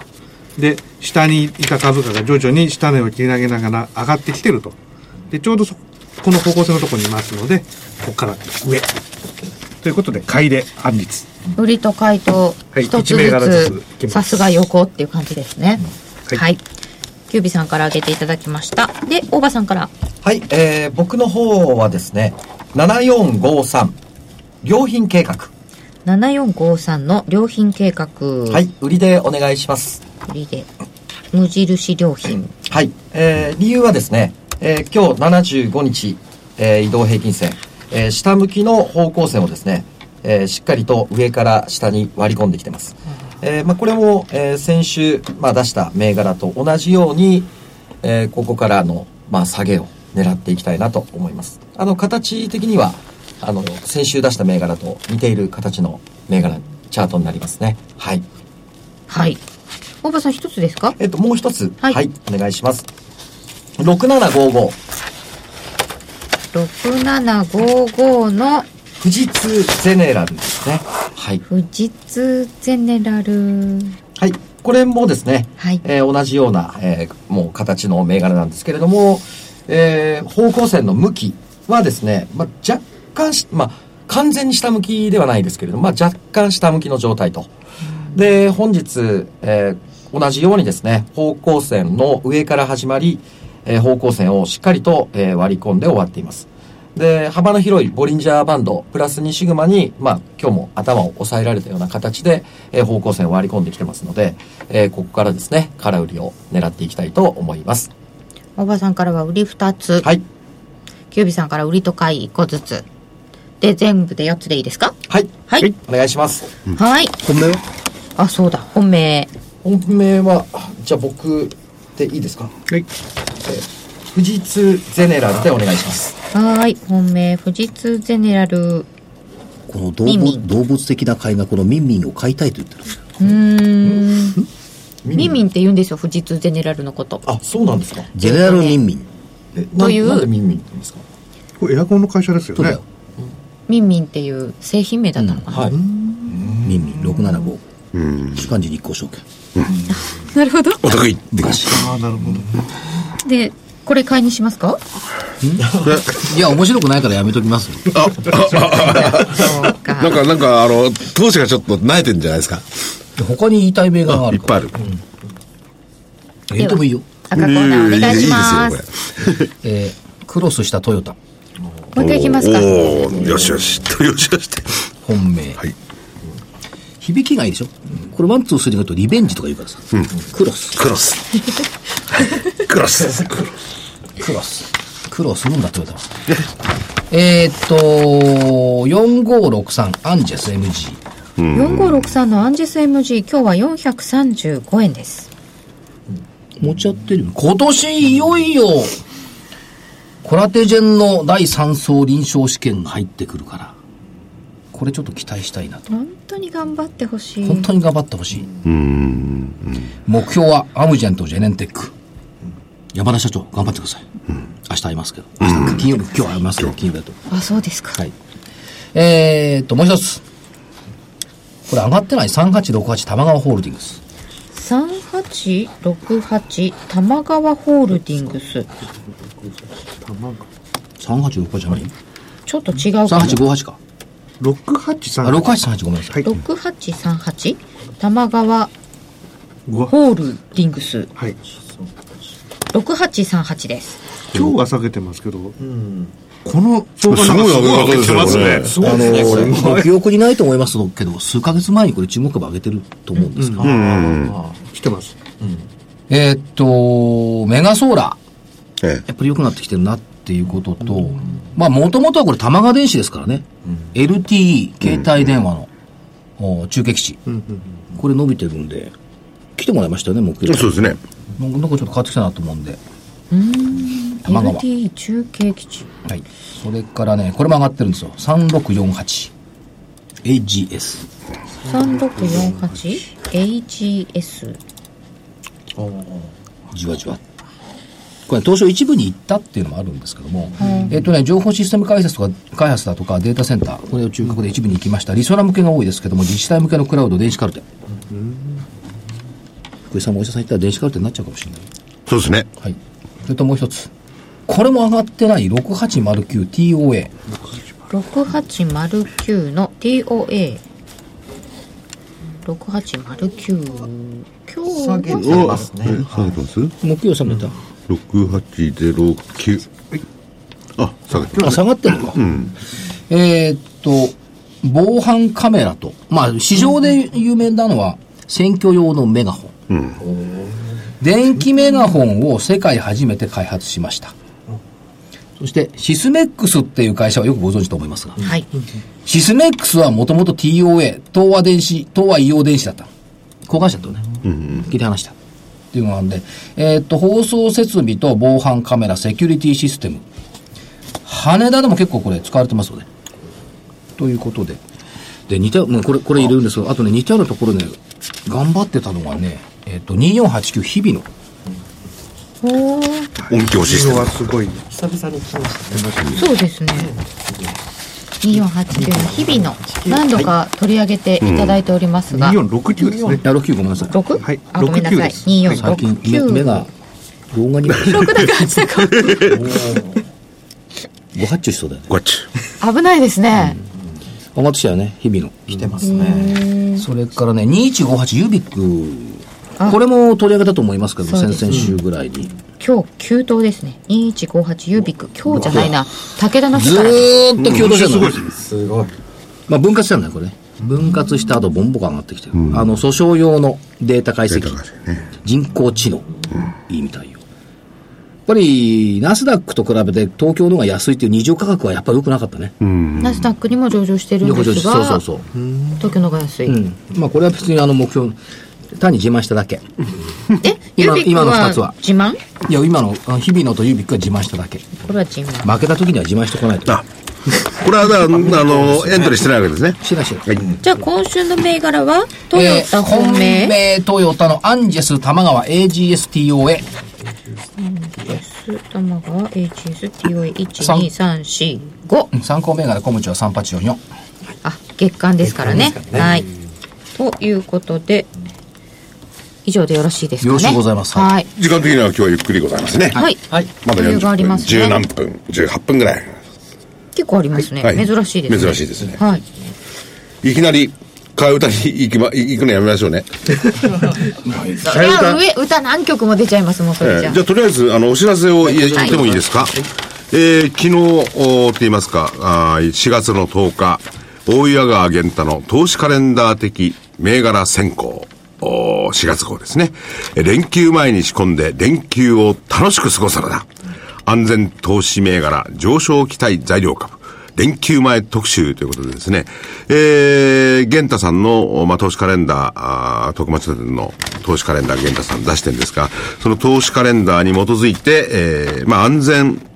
[SPEAKER 3] で、下にいた株価が徐々に下値を切り上げながら上がってきてると。で、ちょうどそこの方向線のところにいますので、ここから上。ということで、買いで安立。
[SPEAKER 7] 売りと買いと
[SPEAKER 3] はい
[SPEAKER 7] 一つ
[SPEAKER 3] 一銘柄ず
[SPEAKER 7] ず
[SPEAKER 3] つ
[SPEAKER 7] つ、さすが横っていう感じですね。
[SPEAKER 3] はい
[SPEAKER 7] はい。キュービさんから挙げていただきました。で、大場さんから。
[SPEAKER 4] はい、えー、僕の方はですね、7453、良品計画。
[SPEAKER 7] 7453の良品計画。は
[SPEAKER 4] はい、売りでお願いします。
[SPEAKER 7] 売りで。無印良品。
[SPEAKER 4] はい、えー、理由はですね、えー、今日75日、えー移動平均線、えー下向きの方向線をですね、えーしっかりと上から下に割り込んできてます。えーまあ、これも、えー先週、まあ、出した銘柄と同じように、えーここからの、まあ、下げを狙っていきたいなと思います。あの、形的には、あの、先週出した銘柄と似ている形の銘柄、チャートになりますね。はい。
[SPEAKER 7] はい。大場さん一つですか
[SPEAKER 4] えっと、もう一つ、
[SPEAKER 7] はい
[SPEAKER 4] はい、お願いします。6755。
[SPEAKER 7] 6755の
[SPEAKER 4] 富士通ゼネラルですね。はい。
[SPEAKER 7] 富士通ゼネラル。
[SPEAKER 4] はい。これもですね、
[SPEAKER 7] はい
[SPEAKER 4] えー同じような、えーもう形の銘柄なんですけれども、えー方向線の向きはですね、まあ、若干し、まあ、完全に下向きではないですけれども、まあ、若干下向きの状態と。で、本日、えー同じようにですね、方向線の上から始まり、えー方向線をしっかりと、えー割り込んで終わっています。で、幅の広いボリンジャーバンド、プラス2シグマに、まあ、今日も頭を押さえられたような形で、えー方向線を割り込んできてますので、えーここからですね、空売りを狙っていきたいと思います。
[SPEAKER 7] 大場さんからは売り二つ。
[SPEAKER 4] はい。
[SPEAKER 7] キュービさんから売りと買い一個ずつ。で、全部で四つでいいですか
[SPEAKER 4] はい。
[SPEAKER 7] はい
[SPEAKER 4] お願いします。
[SPEAKER 7] はい。
[SPEAKER 2] 本命は
[SPEAKER 7] あ、そうだ。本命。
[SPEAKER 4] 本命は、じゃあ僕でいいですか
[SPEAKER 3] はい。
[SPEAKER 4] 富士通ゼネラルでお願いします。
[SPEAKER 7] はーい。本命、富士通ゼネラル。
[SPEAKER 2] この動
[SPEAKER 7] ミンミ
[SPEAKER 2] 物
[SPEAKER 7] ン
[SPEAKER 2] 動物的な買いがこのミンミンを買いたいと言ってるんですよ
[SPEAKER 7] うーん。ミンミンって言うんですよ、富士通ゼネラルのこと。
[SPEAKER 4] あ、そうなんですか
[SPEAKER 2] ゼネラルミンミン
[SPEAKER 4] えな
[SPEAKER 7] という
[SPEAKER 4] なんでミンミンって言うんですか
[SPEAKER 3] これエアコンの会社ですよ
[SPEAKER 2] そうだ
[SPEAKER 3] ね
[SPEAKER 2] よ。
[SPEAKER 7] ミンミンっていう製品名だったのかな。
[SPEAKER 4] はい。
[SPEAKER 2] ミンミン675主幹事日光証券
[SPEAKER 7] なるほど。
[SPEAKER 6] お高いって 感じ。
[SPEAKER 3] ああ、なるほど。
[SPEAKER 7] で、これ買いにしますか
[SPEAKER 2] いや面白くないからやめときますよ
[SPEAKER 7] そうか。
[SPEAKER 6] なんか、なんか、あの、投資がちょっと慣れてんじゃないですか。
[SPEAKER 2] 他に言いたい銘柄があ
[SPEAKER 6] い
[SPEAKER 2] る
[SPEAKER 6] っぱい
[SPEAKER 2] か
[SPEAKER 6] ある。
[SPEAKER 2] らええともいいよ
[SPEAKER 7] 赤コーナーお願いします。
[SPEAKER 2] えークロスしたトヨタ
[SPEAKER 7] もう一回いきますか。
[SPEAKER 6] おーよしよし。とよしよしって。
[SPEAKER 2] 本命
[SPEAKER 6] はい
[SPEAKER 2] 響きがいいでしょこれワン、ツー、スリーがとリベンジとか言うからさ。クロス。
[SPEAKER 6] クロス。ク ロス。クロス。
[SPEAKER 2] クロス。苦労するんだって言われたわえーっと、4563アンジェス MG。
[SPEAKER 7] 4563のアンジェス MG 今日は435円です
[SPEAKER 2] 持ち合ってるよ今年いよいよ、コラテジェンの第3層臨床試験が入ってくるから、これちょっと期待したいなと。
[SPEAKER 7] 本当に頑張ってほしい
[SPEAKER 2] 本当に頑張ってほしい。目標はアムジェンとジェネンテック。山田社長、頑張ってください。明日会いますけど。明日金曜日、今日会いますけど、金曜日だと。
[SPEAKER 7] あそうですか、
[SPEAKER 2] はい。えーっと、もう一つ。これ上がってない3868玉川ホールディングス。
[SPEAKER 7] 3868玉川ホールディングス
[SPEAKER 2] 3868じゃない
[SPEAKER 7] ちょっと違うかな
[SPEAKER 2] ?3858 か。
[SPEAKER 3] 六八
[SPEAKER 2] あ、
[SPEAKER 3] 三
[SPEAKER 2] 6838ごめんなさい。
[SPEAKER 7] 6838玉川
[SPEAKER 3] ご
[SPEAKER 7] ホールディングス
[SPEAKER 3] はい。
[SPEAKER 7] 6838です
[SPEAKER 3] 今日は下げてますけど、この相
[SPEAKER 6] すごい上げ方ですよ
[SPEAKER 3] 上がって
[SPEAKER 6] これ
[SPEAKER 3] ま
[SPEAKER 6] ね
[SPEAKER 3] す
[SPEAKER 2] あのー、記憶にないと思いますけど、数ヶ月前にこれ注目株上げてると思うんですが、
[SPEAKER 3] 来てます。
[SPEAKER 2] えーっと、メガソーラー、
[SPEAKER 6] ええ
[SPEAKER 2] やっぱり良くなってきてるなっていうことと、まあ、もともとはこれ玉川電子ですからね。LTE、携帯電話の、お中継基地、これ伸びてるんで、来てもらいましたよね、目標。
[SPEAKER 6] そうですね。
[SPEAKER 2] なんかなんかちょっと変わってきたなと思うんで。玉川。
[SPEAKER 7] LTE 中継基地
[SPEAKER 2] はい。それからね、これも上がってるんですよ。3648。AGS。
[SPEAKER 7] 3648AGS
[SPEAKER 2] じわじわ。これ、東証一部に行ったっていうのもあるんですけども、えっとね、情報システム開発とか、開発だとか、データセンター、これを中核で一部に行きました。リソラ向けが多いですけども、自治体向けのクラウド、電子カルテ。福井さんもお医者さん行ったら電子カルテになっちゃうかもしれない。
[SPEAKER 6] そうですね。
[SPEAKER 2] はい。それともう一つ。これも上がってない 6809TOA。
[SPEAKER 7] 6809の TOA 6809今日
[SPEAKER 4] 下げ
[SPEAKER 7] は
[SPEAKER 4] てますね。
[SPEAKER 6] 下げてます
[SPEAKER 2] 目標収めた。
[SPEAKER 6] ?6809。あ、下げて
[SPEAKER 2] あ、下がってるのか。えーっと、防犯カメラと、まあ、市場で有名なのは、選挙用のメガホン。電気メガホンを世界初めて開発しました。そして、シスメックスっていう会社はよくご存知と思いますが、
[SPEAKER 7] はい
[SPEAKER 2] シスメックスはもともと TOA、東和電子、東和硫黄電子だった。交換車だったよね。切り離した。っていうのがあるんで、えーっと、放送設備と防犯カメラ、セキュリティシステム。羽田でも結構これ使われてますよね。ということで。で、似た、もうこれ、これ入れるんですけど、あとね、似たようなところね、頑張ってたのがね、えっ、と、2489日々の。
[SPEAKER 6] 音響システ
[SPEAKER 3] 色
[SPEAKER 6] ム
[SPEAKER 3] は。すごい。
[SPEAKER 4] 久々に来ましたね。
[SPEAKER 7] そうですね2489日々の何度か取り上げていただいておりますが、
[SPEAKER 3] 二四六九ですね。
[SPEAKER 2] や、69ごめんなさい。
[SPEAKER 7] 6?
[SPEAKER 3] はい
[SPEAKER 7] あごめんなさい
[SPEAKER 3] 69です
[SPEAKER 2] 最近、目目
[SPEAKER 7] 2469
[SPEAKER 2] が、老眼になる。
[SPEAKER 7] 6だか8だか
[SPEAKER 2] ご発注しそうだよね。
[SPEAKER 6] こっち。
[SPEAKER 7] 危ないですね、
[SPEAKER 2] 上がってきたよね、日々の。
[SPEAKER 4] 来てますね。
[SPEAKER 2] それからね、2158ユービック。これも取り上げたと思いますけど、
[SPEAKER 7] そう
[SPEAKER 2] 先
[SPEAKER 7] です
[SPEAKER 2] 々週ぐらいに。
[SPEAKER 7] 今日急騰ですね2158ユービック今日じゃないな武田の日
[SPEAKER 2] ず
[SPEAKER 7] から
[SPEAKER 2] ーっと共同してるの、
[SPEAKER 4] すごい。
[SPEAKER 2] まあ、分割したんだよ、これね。分割した後、ボンボが上がってきてる。あの、訴訟用のデータ解析。人工知能、いいみたいよ。やっぱり、ナスダックと比べて東京の方が安いっていう二乗価格はやっぱり良くなかったね。
[SPEAKER 7] ナスダックにも上場してるん
[SPEAKER 2] 横
[SPEAKER 7] で
[SPEAKER 2] 上
[SPEAKER 7] す
[SPEAKER 2] し
[SPEAKER 7] が
[SPEAKER 2] そうそうそう。
[SPEAKER 7] 東京のが安い、
[SPEAKER 2] うん。まあこれは別にあの目標、単に自慢しただけ。
[SPEAKER 7] え
[SPEAKER 2] 今
[SPEAKER 7] ユービック
[SPEAKER 2] 今の二つは
[SPEAKER 7] 自慢
[SPEAKER 2] いや、今の、あ日々のとユービックは自慢しただけ。
[SPEAKER 7] これは自慢
[SPEAKER 2] 負けた時には自慢してこないと。
[SPEAKER 6] あ、これは、だあの、エントリーしてないわけですね。
[SPEAKER 2] しないしない。
[SPEAKER 6] はい。
[SPEAKER 7] じゃあ今週の銘柄はトヨタ
[SPEAKER 2] えー
[SPEAKER 7] 本命、
[SPEAKER 2] トヨタのアンジェス玉川 AGSTOA。
[SPEAKER 7] 玉川 HSTOA12345
[SPEAKER 2] 参考銘柄小口は3844。
[SPEAKER 7] あ月間ですからねはいということで以上でよろしいですかね
[SPEAKER 2] よろしゅうございますはい
[SPEAKER 7] はい、
[SPEAKER 6] 時間的には今日はゆっくりございますね。
[SPEAKER 7] はい
[SPEAKER 4] はい。
[SPEAKER 6] まだ
[SPEAKER 7] 余裕があり
[SPEAKER 6] 40分、
[SPEAKER 7] ますね
[SPEAKER 6] 10何分、18分ぐらい。
[SPEAKER 7] 結構ありますね、
[SPEAKER 6] はい
[SPEAKER 7] 珍しいですね
[SPEAKER 6] 珍しいですね
[SPEAKER 7] はい
[SPEAKER 6] いきなり、替え歌に行きま、行くのやめましょうね。
[SPEAKER 7] い
[SPEAKER 6] 替え
[SPEAKER 7] や
[SPEAKER 6] 歌
[SPEAKER 7] 上歌何曲も出ちゃいますもうそれじ
[SPEAKER 6] え
[SPEAKER 7] ゃ
[SPEAKER 6] ーじゃあとりあえずあのお知らせを言え言ってもいいですか、えー昨日おーって言いますかあー4月の10日大岩川源太の投資カレンダー的銘柄選考。おー4月号ですね。え連休前に仕込んで連休を楽しく過ごさなだ。安全投資銘柄上昇期待材料株。連休前特集ということでですね、えー、玄太さんの、まあ、投資カレンダー、あー徳松店の投資カレンダー玄太さん出してるんですが、その投資カレンダーに基づいて、えー、まあ、安全、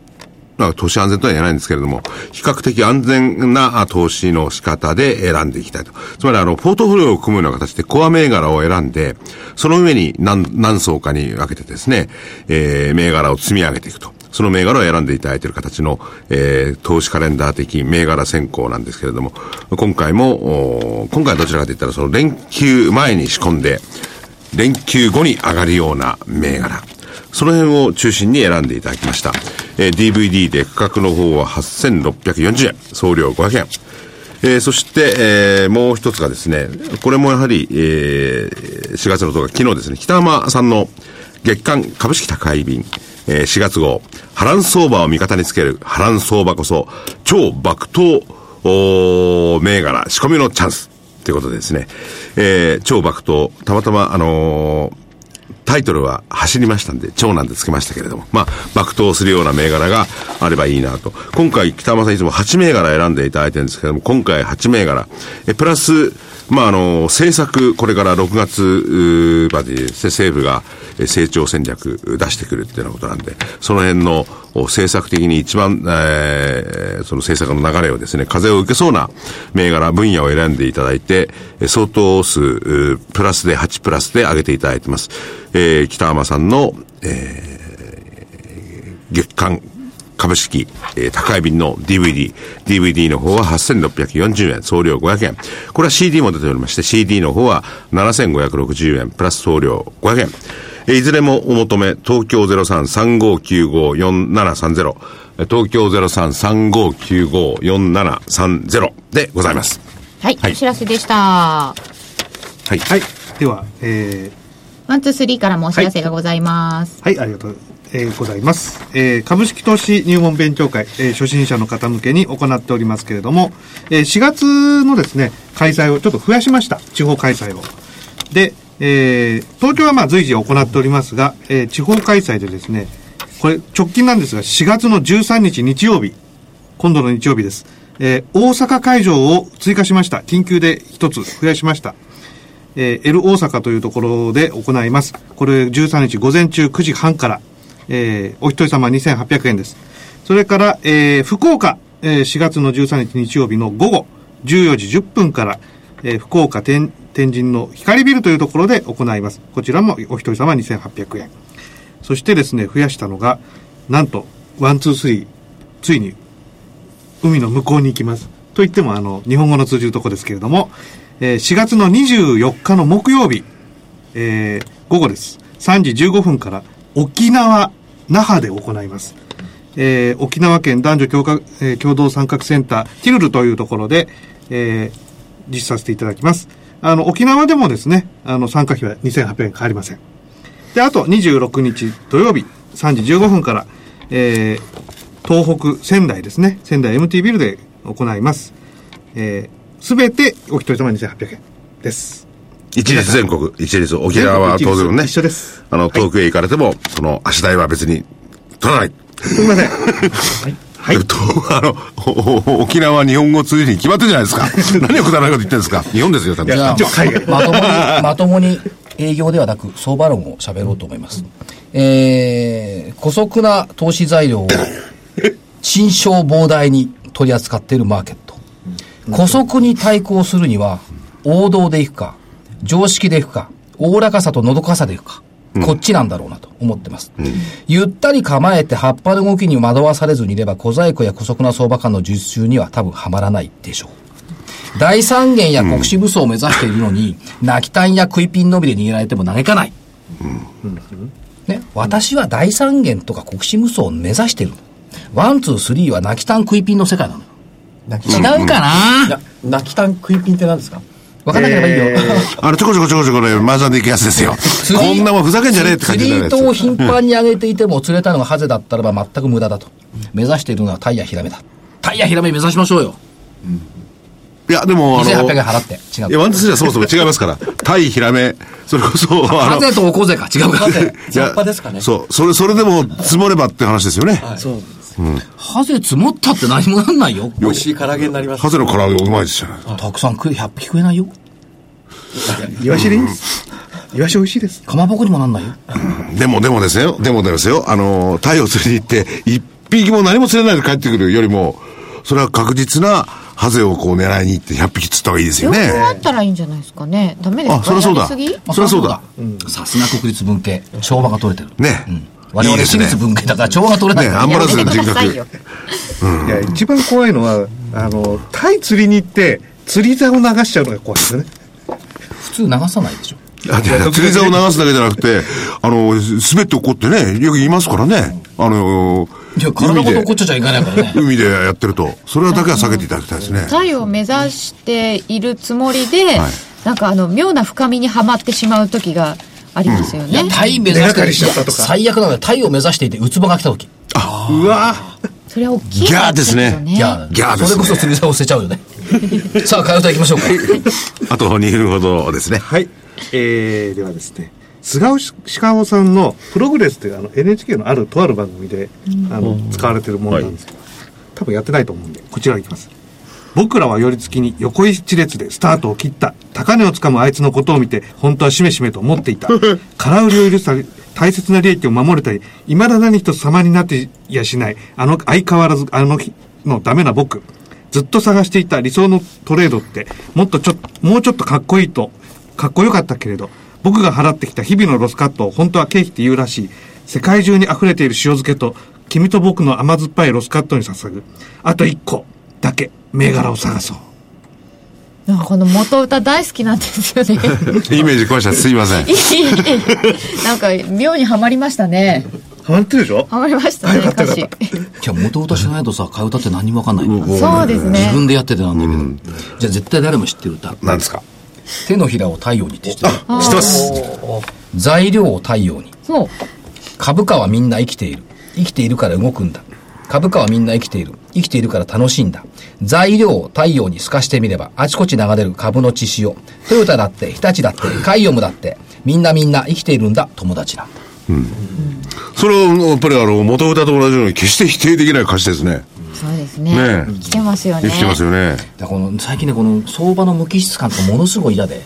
[SPEAKER 6] まあ、投資安全とは言えないんですけれども、比較的安全なあ投資の仕方で選んでいきたいと。つまり、あの、ポートフォリオを組むような形でコア銘柄を選んで、その上に何、何層かに分けてですね、えー、銘柄を積み上げていくと。その銘柄を選んでいただいている形の、えー、投資カレンダー的銘柄選考なんですけれども、今回も、おー今回はどちらかといったら、その連休前に仕込んで、連休後に上がるような銘柄。その辺を中心に選んでいただきました。えー DVD で価格の方は8640円、送料500円。えーそして、えーもう一つがですね、これもやはり、えー4月の10日、昨日ですね、北浜さんの月間株式宅配便、えー4月号、波乱相場を味方につける、波乱相場こそ、超爆投、おー銘柄、仕込みのチャンス、ということでですね、えー超爆投、たまたま、あのータイトルは走りましたんで、長男でつけましたけれども、まあ、爆投するような銘柄があればいいなと。今回、北山さんいつも8銘柄選んでいただいてるんですけれども、今回8銘柄。え、プラス、まあ、あの、政策、これから6月うーまでですね政府がえ成長戦略う出してくるっていうようなことなんで、その辺のお政策的に一番、えーその政策の流れをですね、風を受けそうな銘柄、分野を選んでいただいて、え相当数、うプラスで8プラスで上げていただいてます。えー北浜さんの、えー月間株式、えー宅配便の DVD。DVD の方は8640円、送料500円。これは CD も出ておりまして、CD の方は7560円、プラス送料500円。えーいずれもお求め、東京0335954730、えー東京0335954730でございます。
[SPEAKER 1] はい、
[SPEAKER 6] はい
[SPEAKER 1] お知らせでした。
[SPEAKER 6] はい。
[SPEAKER 3] はい。では、えー
[SPEAKER 1] ワン、ツー、スリーからもお知らせがございます。
[SPEAKER 3] はい、ありがとう。えーございます、えー株式投資入門勉強会、えー初心者の方向けに行っておりますけれども、えー4月のですね、開催をちょっと増やしました。地方開催を。で、えー東京はまあ随時行っておりますが、えー地方開催でですね、これ直近なんですが、4月の13日日曜日、今度の日曜日です。えー大阪会場を追加しました。緊急で一つ増やしました。えー L 大阪というところで行います。これ13日午前中9時半から、えーお一人様2800円です。それから、えー福岡、えー4月の13日日曜日の午後14時10分から、えー福岡天天神の光ビルというところで行います。こちらもお一人様2800円。そしてですね、増やしたのが、なんと、ワン、ツー、スリー、ついに海の向こうに行きます。と言っても、あの、日本語の通じるとこですけれども、えー4月の24日の木曜日、えー午後です。3時15分から沖縄、那覇で行います。えー沖縄県男女共かえー共同参画センター、ティルルというところで、えー実施させていただきます。あの、沖縄でもですね、あの、参加費は2800円変わりません。で、あと26日土曜日3時15分から、えー、東北仙台ですね。仙台 MT ビルで行います。えー、すべてお一人様2800円です。
[SPEAKER 6] 一律全国、一律沖縄は当然ね、
[SPEAKER 3] 一緒です
[SPEAKER 6] あの、
[SPEAKER 3] はい
[SPEAKER 6] 遠くへ行かれても、その、足代は別に取らない。
[SPEAKER 3] すみません。
[SPEAKER 6] はい。と、 あの、おお沖縄は日本語通じるに決まってるじゃないです か。何をくだらないこと言ってるんですか。日本ですよ、多分。
[SPEAKER 2] じゃあ
[SPEAKER 3] 一応海外、
[SPEAKER 2] まともに、まともに営業ではなく相場論を喋ろうと思います。えー、古速な投資材 料を、新商膨大に取り扱っているマーケット。古速に対抗するには、王道でいくか、常識でいくか、おおらかさとのどかさでいくか、こっちなんだろうなと思ってます。ゆったり構えて葉っぱの動きに惑わされずにいれば、小細工や古速な相場感の術中には多分はまらないでしょう。大三元や国士武装を目指しているのに、泣きたんや食いピンのみで逃げられても嘆かない。ね、私は大三元とか国士無双を目指してる。ワン、ツー、スリーは泣きたん食いピンの世界なの。
[SPEAKER 4] 泣き
[SPEAKER 2] 違
[SPEAKER 4] たん、
[SPEAKER 2] うかな、
[SPEAKER 4] な泣きたん食いピンって何ですか
[SPEAKER 2] わかんなければいいよ。
[SPEAKER 6] あの、ちょこちょこちょこちょこね、麻雀で行くやつですよ。
[SPEAKER 2] 釣
[SPEAKER 6] こ
[SPEAKER 2] り
[SPEAKER 6] んなもんふざけんじゃねえって感じになるやつ
[SPEAKER 2] 釣り糸を頻繁に上げていても釣れたのがハゼだったらば全く無駄だと。目指しているのはタイやヒラメだ。タイやヒラメ目指しましょうよ。
[SPEAKER 6] いや、でも、あの、
[SPEAKER 2] 2800円払って違う
[SPEAKER 6] いや、ワンツースリーはそもそも違います から、タイ、ヒラメ、それこそ、あの、
[SPEAKER 2] 風とお小勢か違うか
[SPEAKER 6] や
[SPEAKER 4] 雑把ですかね
[SPEAKER 6] そう、それ、それでも積もればって話ですよね。
[SPEAKER 2] ハゼ積もったって何もなんないよ。
[SPEAKER 4] 美味しい唐揚げになります
[SPEAKER 6] ハゼの唐揚げうまいですよね。
[SPEAKER 2] たくさん食え、100匹食えないよ。
[SPEAKER 3] イワシでいいです。イワシ美味しいです。
[SPEAKER 2] かまぼこにもなんないよ。
[SPEAKER 6] でも、でもですよ、でもですよ、あの、タイを釣りに行って、一匹も何も釣れないで帰ってくるよりも、それは確実なハゼをこう狙いに行って100匹釣った方がいいですよ
[SPEAKER 7] 病
[SPEAKER 6] ね
[SPEAKER 7] 気。があったらいいんじゃないですかね。ダメですか
[SPEAKER 6] あ、そりゃそうだ。
[SPEAKER 7] や
[SPEAKER 6] そ
[SPEAKER 7] りすぎ
[SPEAKER 6] りゃそうだ。
[SPEAKER 2] さすが国立文系。調和が取れてる。
[SPEAKER 6] ね。
[SPEAKER 2] 我
[SPEAKER 6] いい
[SPEAKER 2] 々
[SPEAKER 6] です
[SPEAKER 2] 私
[SPEAKER 6] ね
[SPEAKER 2] 立文系だから調和が取れない
[SPEAKER 6] ね、
[SPEAKER 2] から
[SPEAKER 6] アンバランス
[SPEAKER 7] やめ
[SPEAKER 6] の
[SPEAKER 7] て
[SPEAKER 6] 人
[SPEAKER 7] くださいよ
[SPEAKER 6] 格。。
[SPEAKER 3] いや、一番怖いのは、あの、タイ釣りに行って、釣り竿を流しちゃうのが怖いですよね。
[SPEAKER 2] 普通流さないでしょ。
[SPEAKER 6] だって釣り竿を流すだけじゃなくて、あの、滑って怒ってね、よく言いますからね。あの、
[SPEAKER 2] いや、体ごと怒っちゃちゃいけないからね。
[SPEAKER 6] 海でやってると、それはだけは避けていただきたいですね。
[SPEAKER 7] 太陽を目指しているつもりで、なんかあの妙な深みにはまってしまう時がありますよ
[SPEAKER 2] い
[SPEAKER 7] ね。
[SPEAKER 2] や、タイ目指
[SPEAKER 3] 根がかりしちゃ
[SPEAKER 2] し
[SPEAKER 3] った
[SPEAKER 2] て、
[SPEAKER 3] とか
[SPEAKER 2] 最悪なのよ。タイを目指していて、ウツボが来た時。
[SPEAKER 3] うわぁ
[SPEAKER 7] それは大きいのはあったけど
[SPEAKER 6] ギャーですね
[SPEAKER 2] いや、
[SPEAKER 6] ギャーですね
[SPEAKER 2] それこそ釣り竿を捨てちゃうよ ね。さあ、替え歌行きましょうか。
[SPEAKER 6] あと2分ほどですね。
[SPEAKER 3] はい。えー、ではですね、菅尾鹿尾さんのプログレスというあの NHK のあるとある番組で、あの、使われてるものなんですけど、多分やってないと思うんで、こちらいきます。僕らは寄り付きに横一列でスタートを切った。高値をつかむあいつのことを見て、本当はしめしめと思っていた。空売りを許され、大切な利益を守れたり、未だ何一つ様になっていやしない、あの、相変わらずあの日のダメな僕。ずっと探していた理想のトレードって、もっとちょ、もうちょっとかっこいいと、かっこよかったけれど、僕が払ってきた日々のロスカットを本当は経費って言うらしい。世界中に溢れている塩漬けと、君と僕の甘酸っぱいロスカットに捧ぐ。あと一個だけ、銘柄を探そう。
[SPEAKER 7] なんかこの元歌大好きなんですよね。
[SPEAKER 6] イメージ壊したすいません。
[SPEAKER 7] なんか妙にはまりましたね。
[SPEAKER 3] ハマってるでしょ
[SPEAKER 7] はまりましたね、歌詞。
[SPEAKER 2] 今日元歌し ないとさ、替え歌って何にもわかんない。
[SPEAKER 7] そうですね
[SPEAKER 2] 自。分でやっててなんだけど。じゃあ絶対誰も知ってる歌。
[SPEAKER 6] 何ですか
[SPEAKER 2] 手のひらを太陽にって知ってる。
[SPEAKER 6] あ、知ってます。
[SPEAKER 2] 材料を太陽に。
[SPEAKER 7] そう。
[SPEAKER 2] 株価はみんな生きている。生きているから動くんだ。株価はみんな生きている。生きているから楽しいんだ。材料を太陽に透かしてみれば、あちこち流れる株の血潮。トヨタだって、日立だって、カイオムだって、みんなみんな生きているんだ、友達なんだ。
[SPEAKER 6] それを、やっぱりあの、元歌と同じように決して否定できない歌詞ですね。
[SPEAKER 7] そうです
[SPEAKER 6] ね
[SPEAKER 7] ね。
[SPEAKER 6] え
[SPEAKER 7] 来てますよね。
[SPEAKER 6] 生きてますよ
[SPEAKER 2] だ
[SPEAKER 6] ね。
[SPEAKER 2] からこの、最近ね、この相場の無機質感ってものすごい嫌で。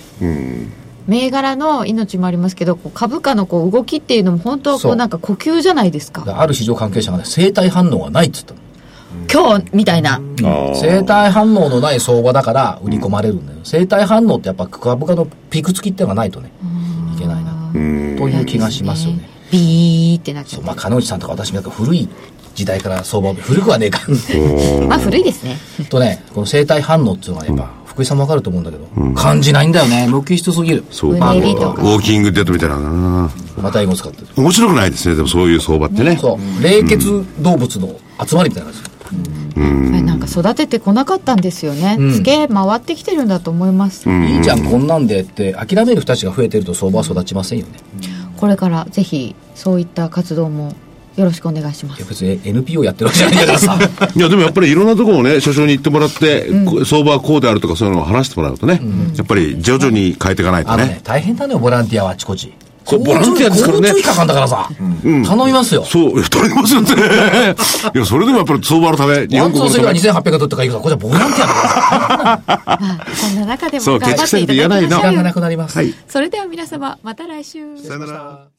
[SPEAKER 7] 銘柄の命もありますけど、こう株価のこう動きっていうのも本当はこ
[SPEAKER 2] そうう
[SPEAKER 7] なんか呼吸じゃないですか。
[SPEAKER 2] ある市場関係者がね、生体反応がないって言っ
[SPEAKER 7] 今日みたいな。
[SPEAKER 2] たの。生体反応のない相場だから売り込まれるんだよ。生体反応ってやっぱ株価のピーク付きっていうのがないとね、いけないな。という気がしますよね。
[SPEAKER 7] ビーってなっちゃ
[SPEAKER 2] そうう、。まあ、金内さんとか私もなんか古い時代から相場を、古くはねえか。
[SPEAKER 7] まあ古いですね。
[SPEAKER 2] とね、この生体反応っていうのがやっぱ、福井さんもわかると思うんだけど、感じないんだよね。無機質すぎる。
[SPEAKER 6] そう
[SPEAKER 7] う
[SPEAKER 6] か。
[SPEAKER 7] か
[SPEAKER 6] ウ
[SPEAKER 7] ウォ
[SPEAKER 6] ォーキングデッドみたいなのかな。
[SPEAKER 2] また英語使ってる。
[SPEAKER 6] 面白くないですね、でもそういう相場ってね。
[SPEAKER 2] そう、冷血動物の集まりみたいな感じ。
[SPEAKER 7] これなんか育ててこなかったんですよね。つけ回ってきてるんだと思います。
[SPEAKER 2] いいじゃん、こんなんでって、諦める人たちが増えてると相場は育ちませんよね。
[SPEAKER 7] これからぜひそういった活動もよろしくお願いしま
[SPEAKER 2] いや、
[SPEAKER 7] す。
[SPEAKER 2] 別に NPO やってるわけじゃないんだから さ。
[SPEAKER 6] いや、でもやっぱりいろんなところをね、所長に行ってもらって、こ相場はこうであるとかそういうのを話してもらうとね、やっぱり徐々に変えていかないと
[SPEAKER 2] あのね
[SPEAKER 6] ね、。
[SPEAKER 2] 大変だね、ボランティアはあちこち。
[SPEAKER 6] これボランティアですからね
[SPEAKER 2] 交通費かかんだからさ。頼みますよ。
[SPEAKER 6] そう、いや取りますよね。いや、それでもやっぱり相場のため、日
[SPEAKER 2] ワ
[SPEAKER 6] 本
[SPEAKER 2] ンツー
[SPEAKER 6] 国の
[SPEAKER 2] ス
[SPEAKER 6] た
[SPEAKER 2] リーは
[SPEAKER 6] め。
[SPEAKER 2] 2800円取ってからいいから、これじゃボランティアだからさ。
[SPEAKER 7] まあそんな中でも
[SPEAKER 6] そう
[SPEAKER 7] 頑張っていただきまし
[SPEAKER 6] ケチくさいこと言わない
[SPEAKER 2] 時間
[SPEAKER 7] ょう
[SPEAKER 2] が
[SPEAKER 7] よ
[SPEAKER 2] なくなります。
[SPEAKER 6] はい
[SPEAKER 7] それでは皆様また来週。
[SPEAKER 6] さよなら。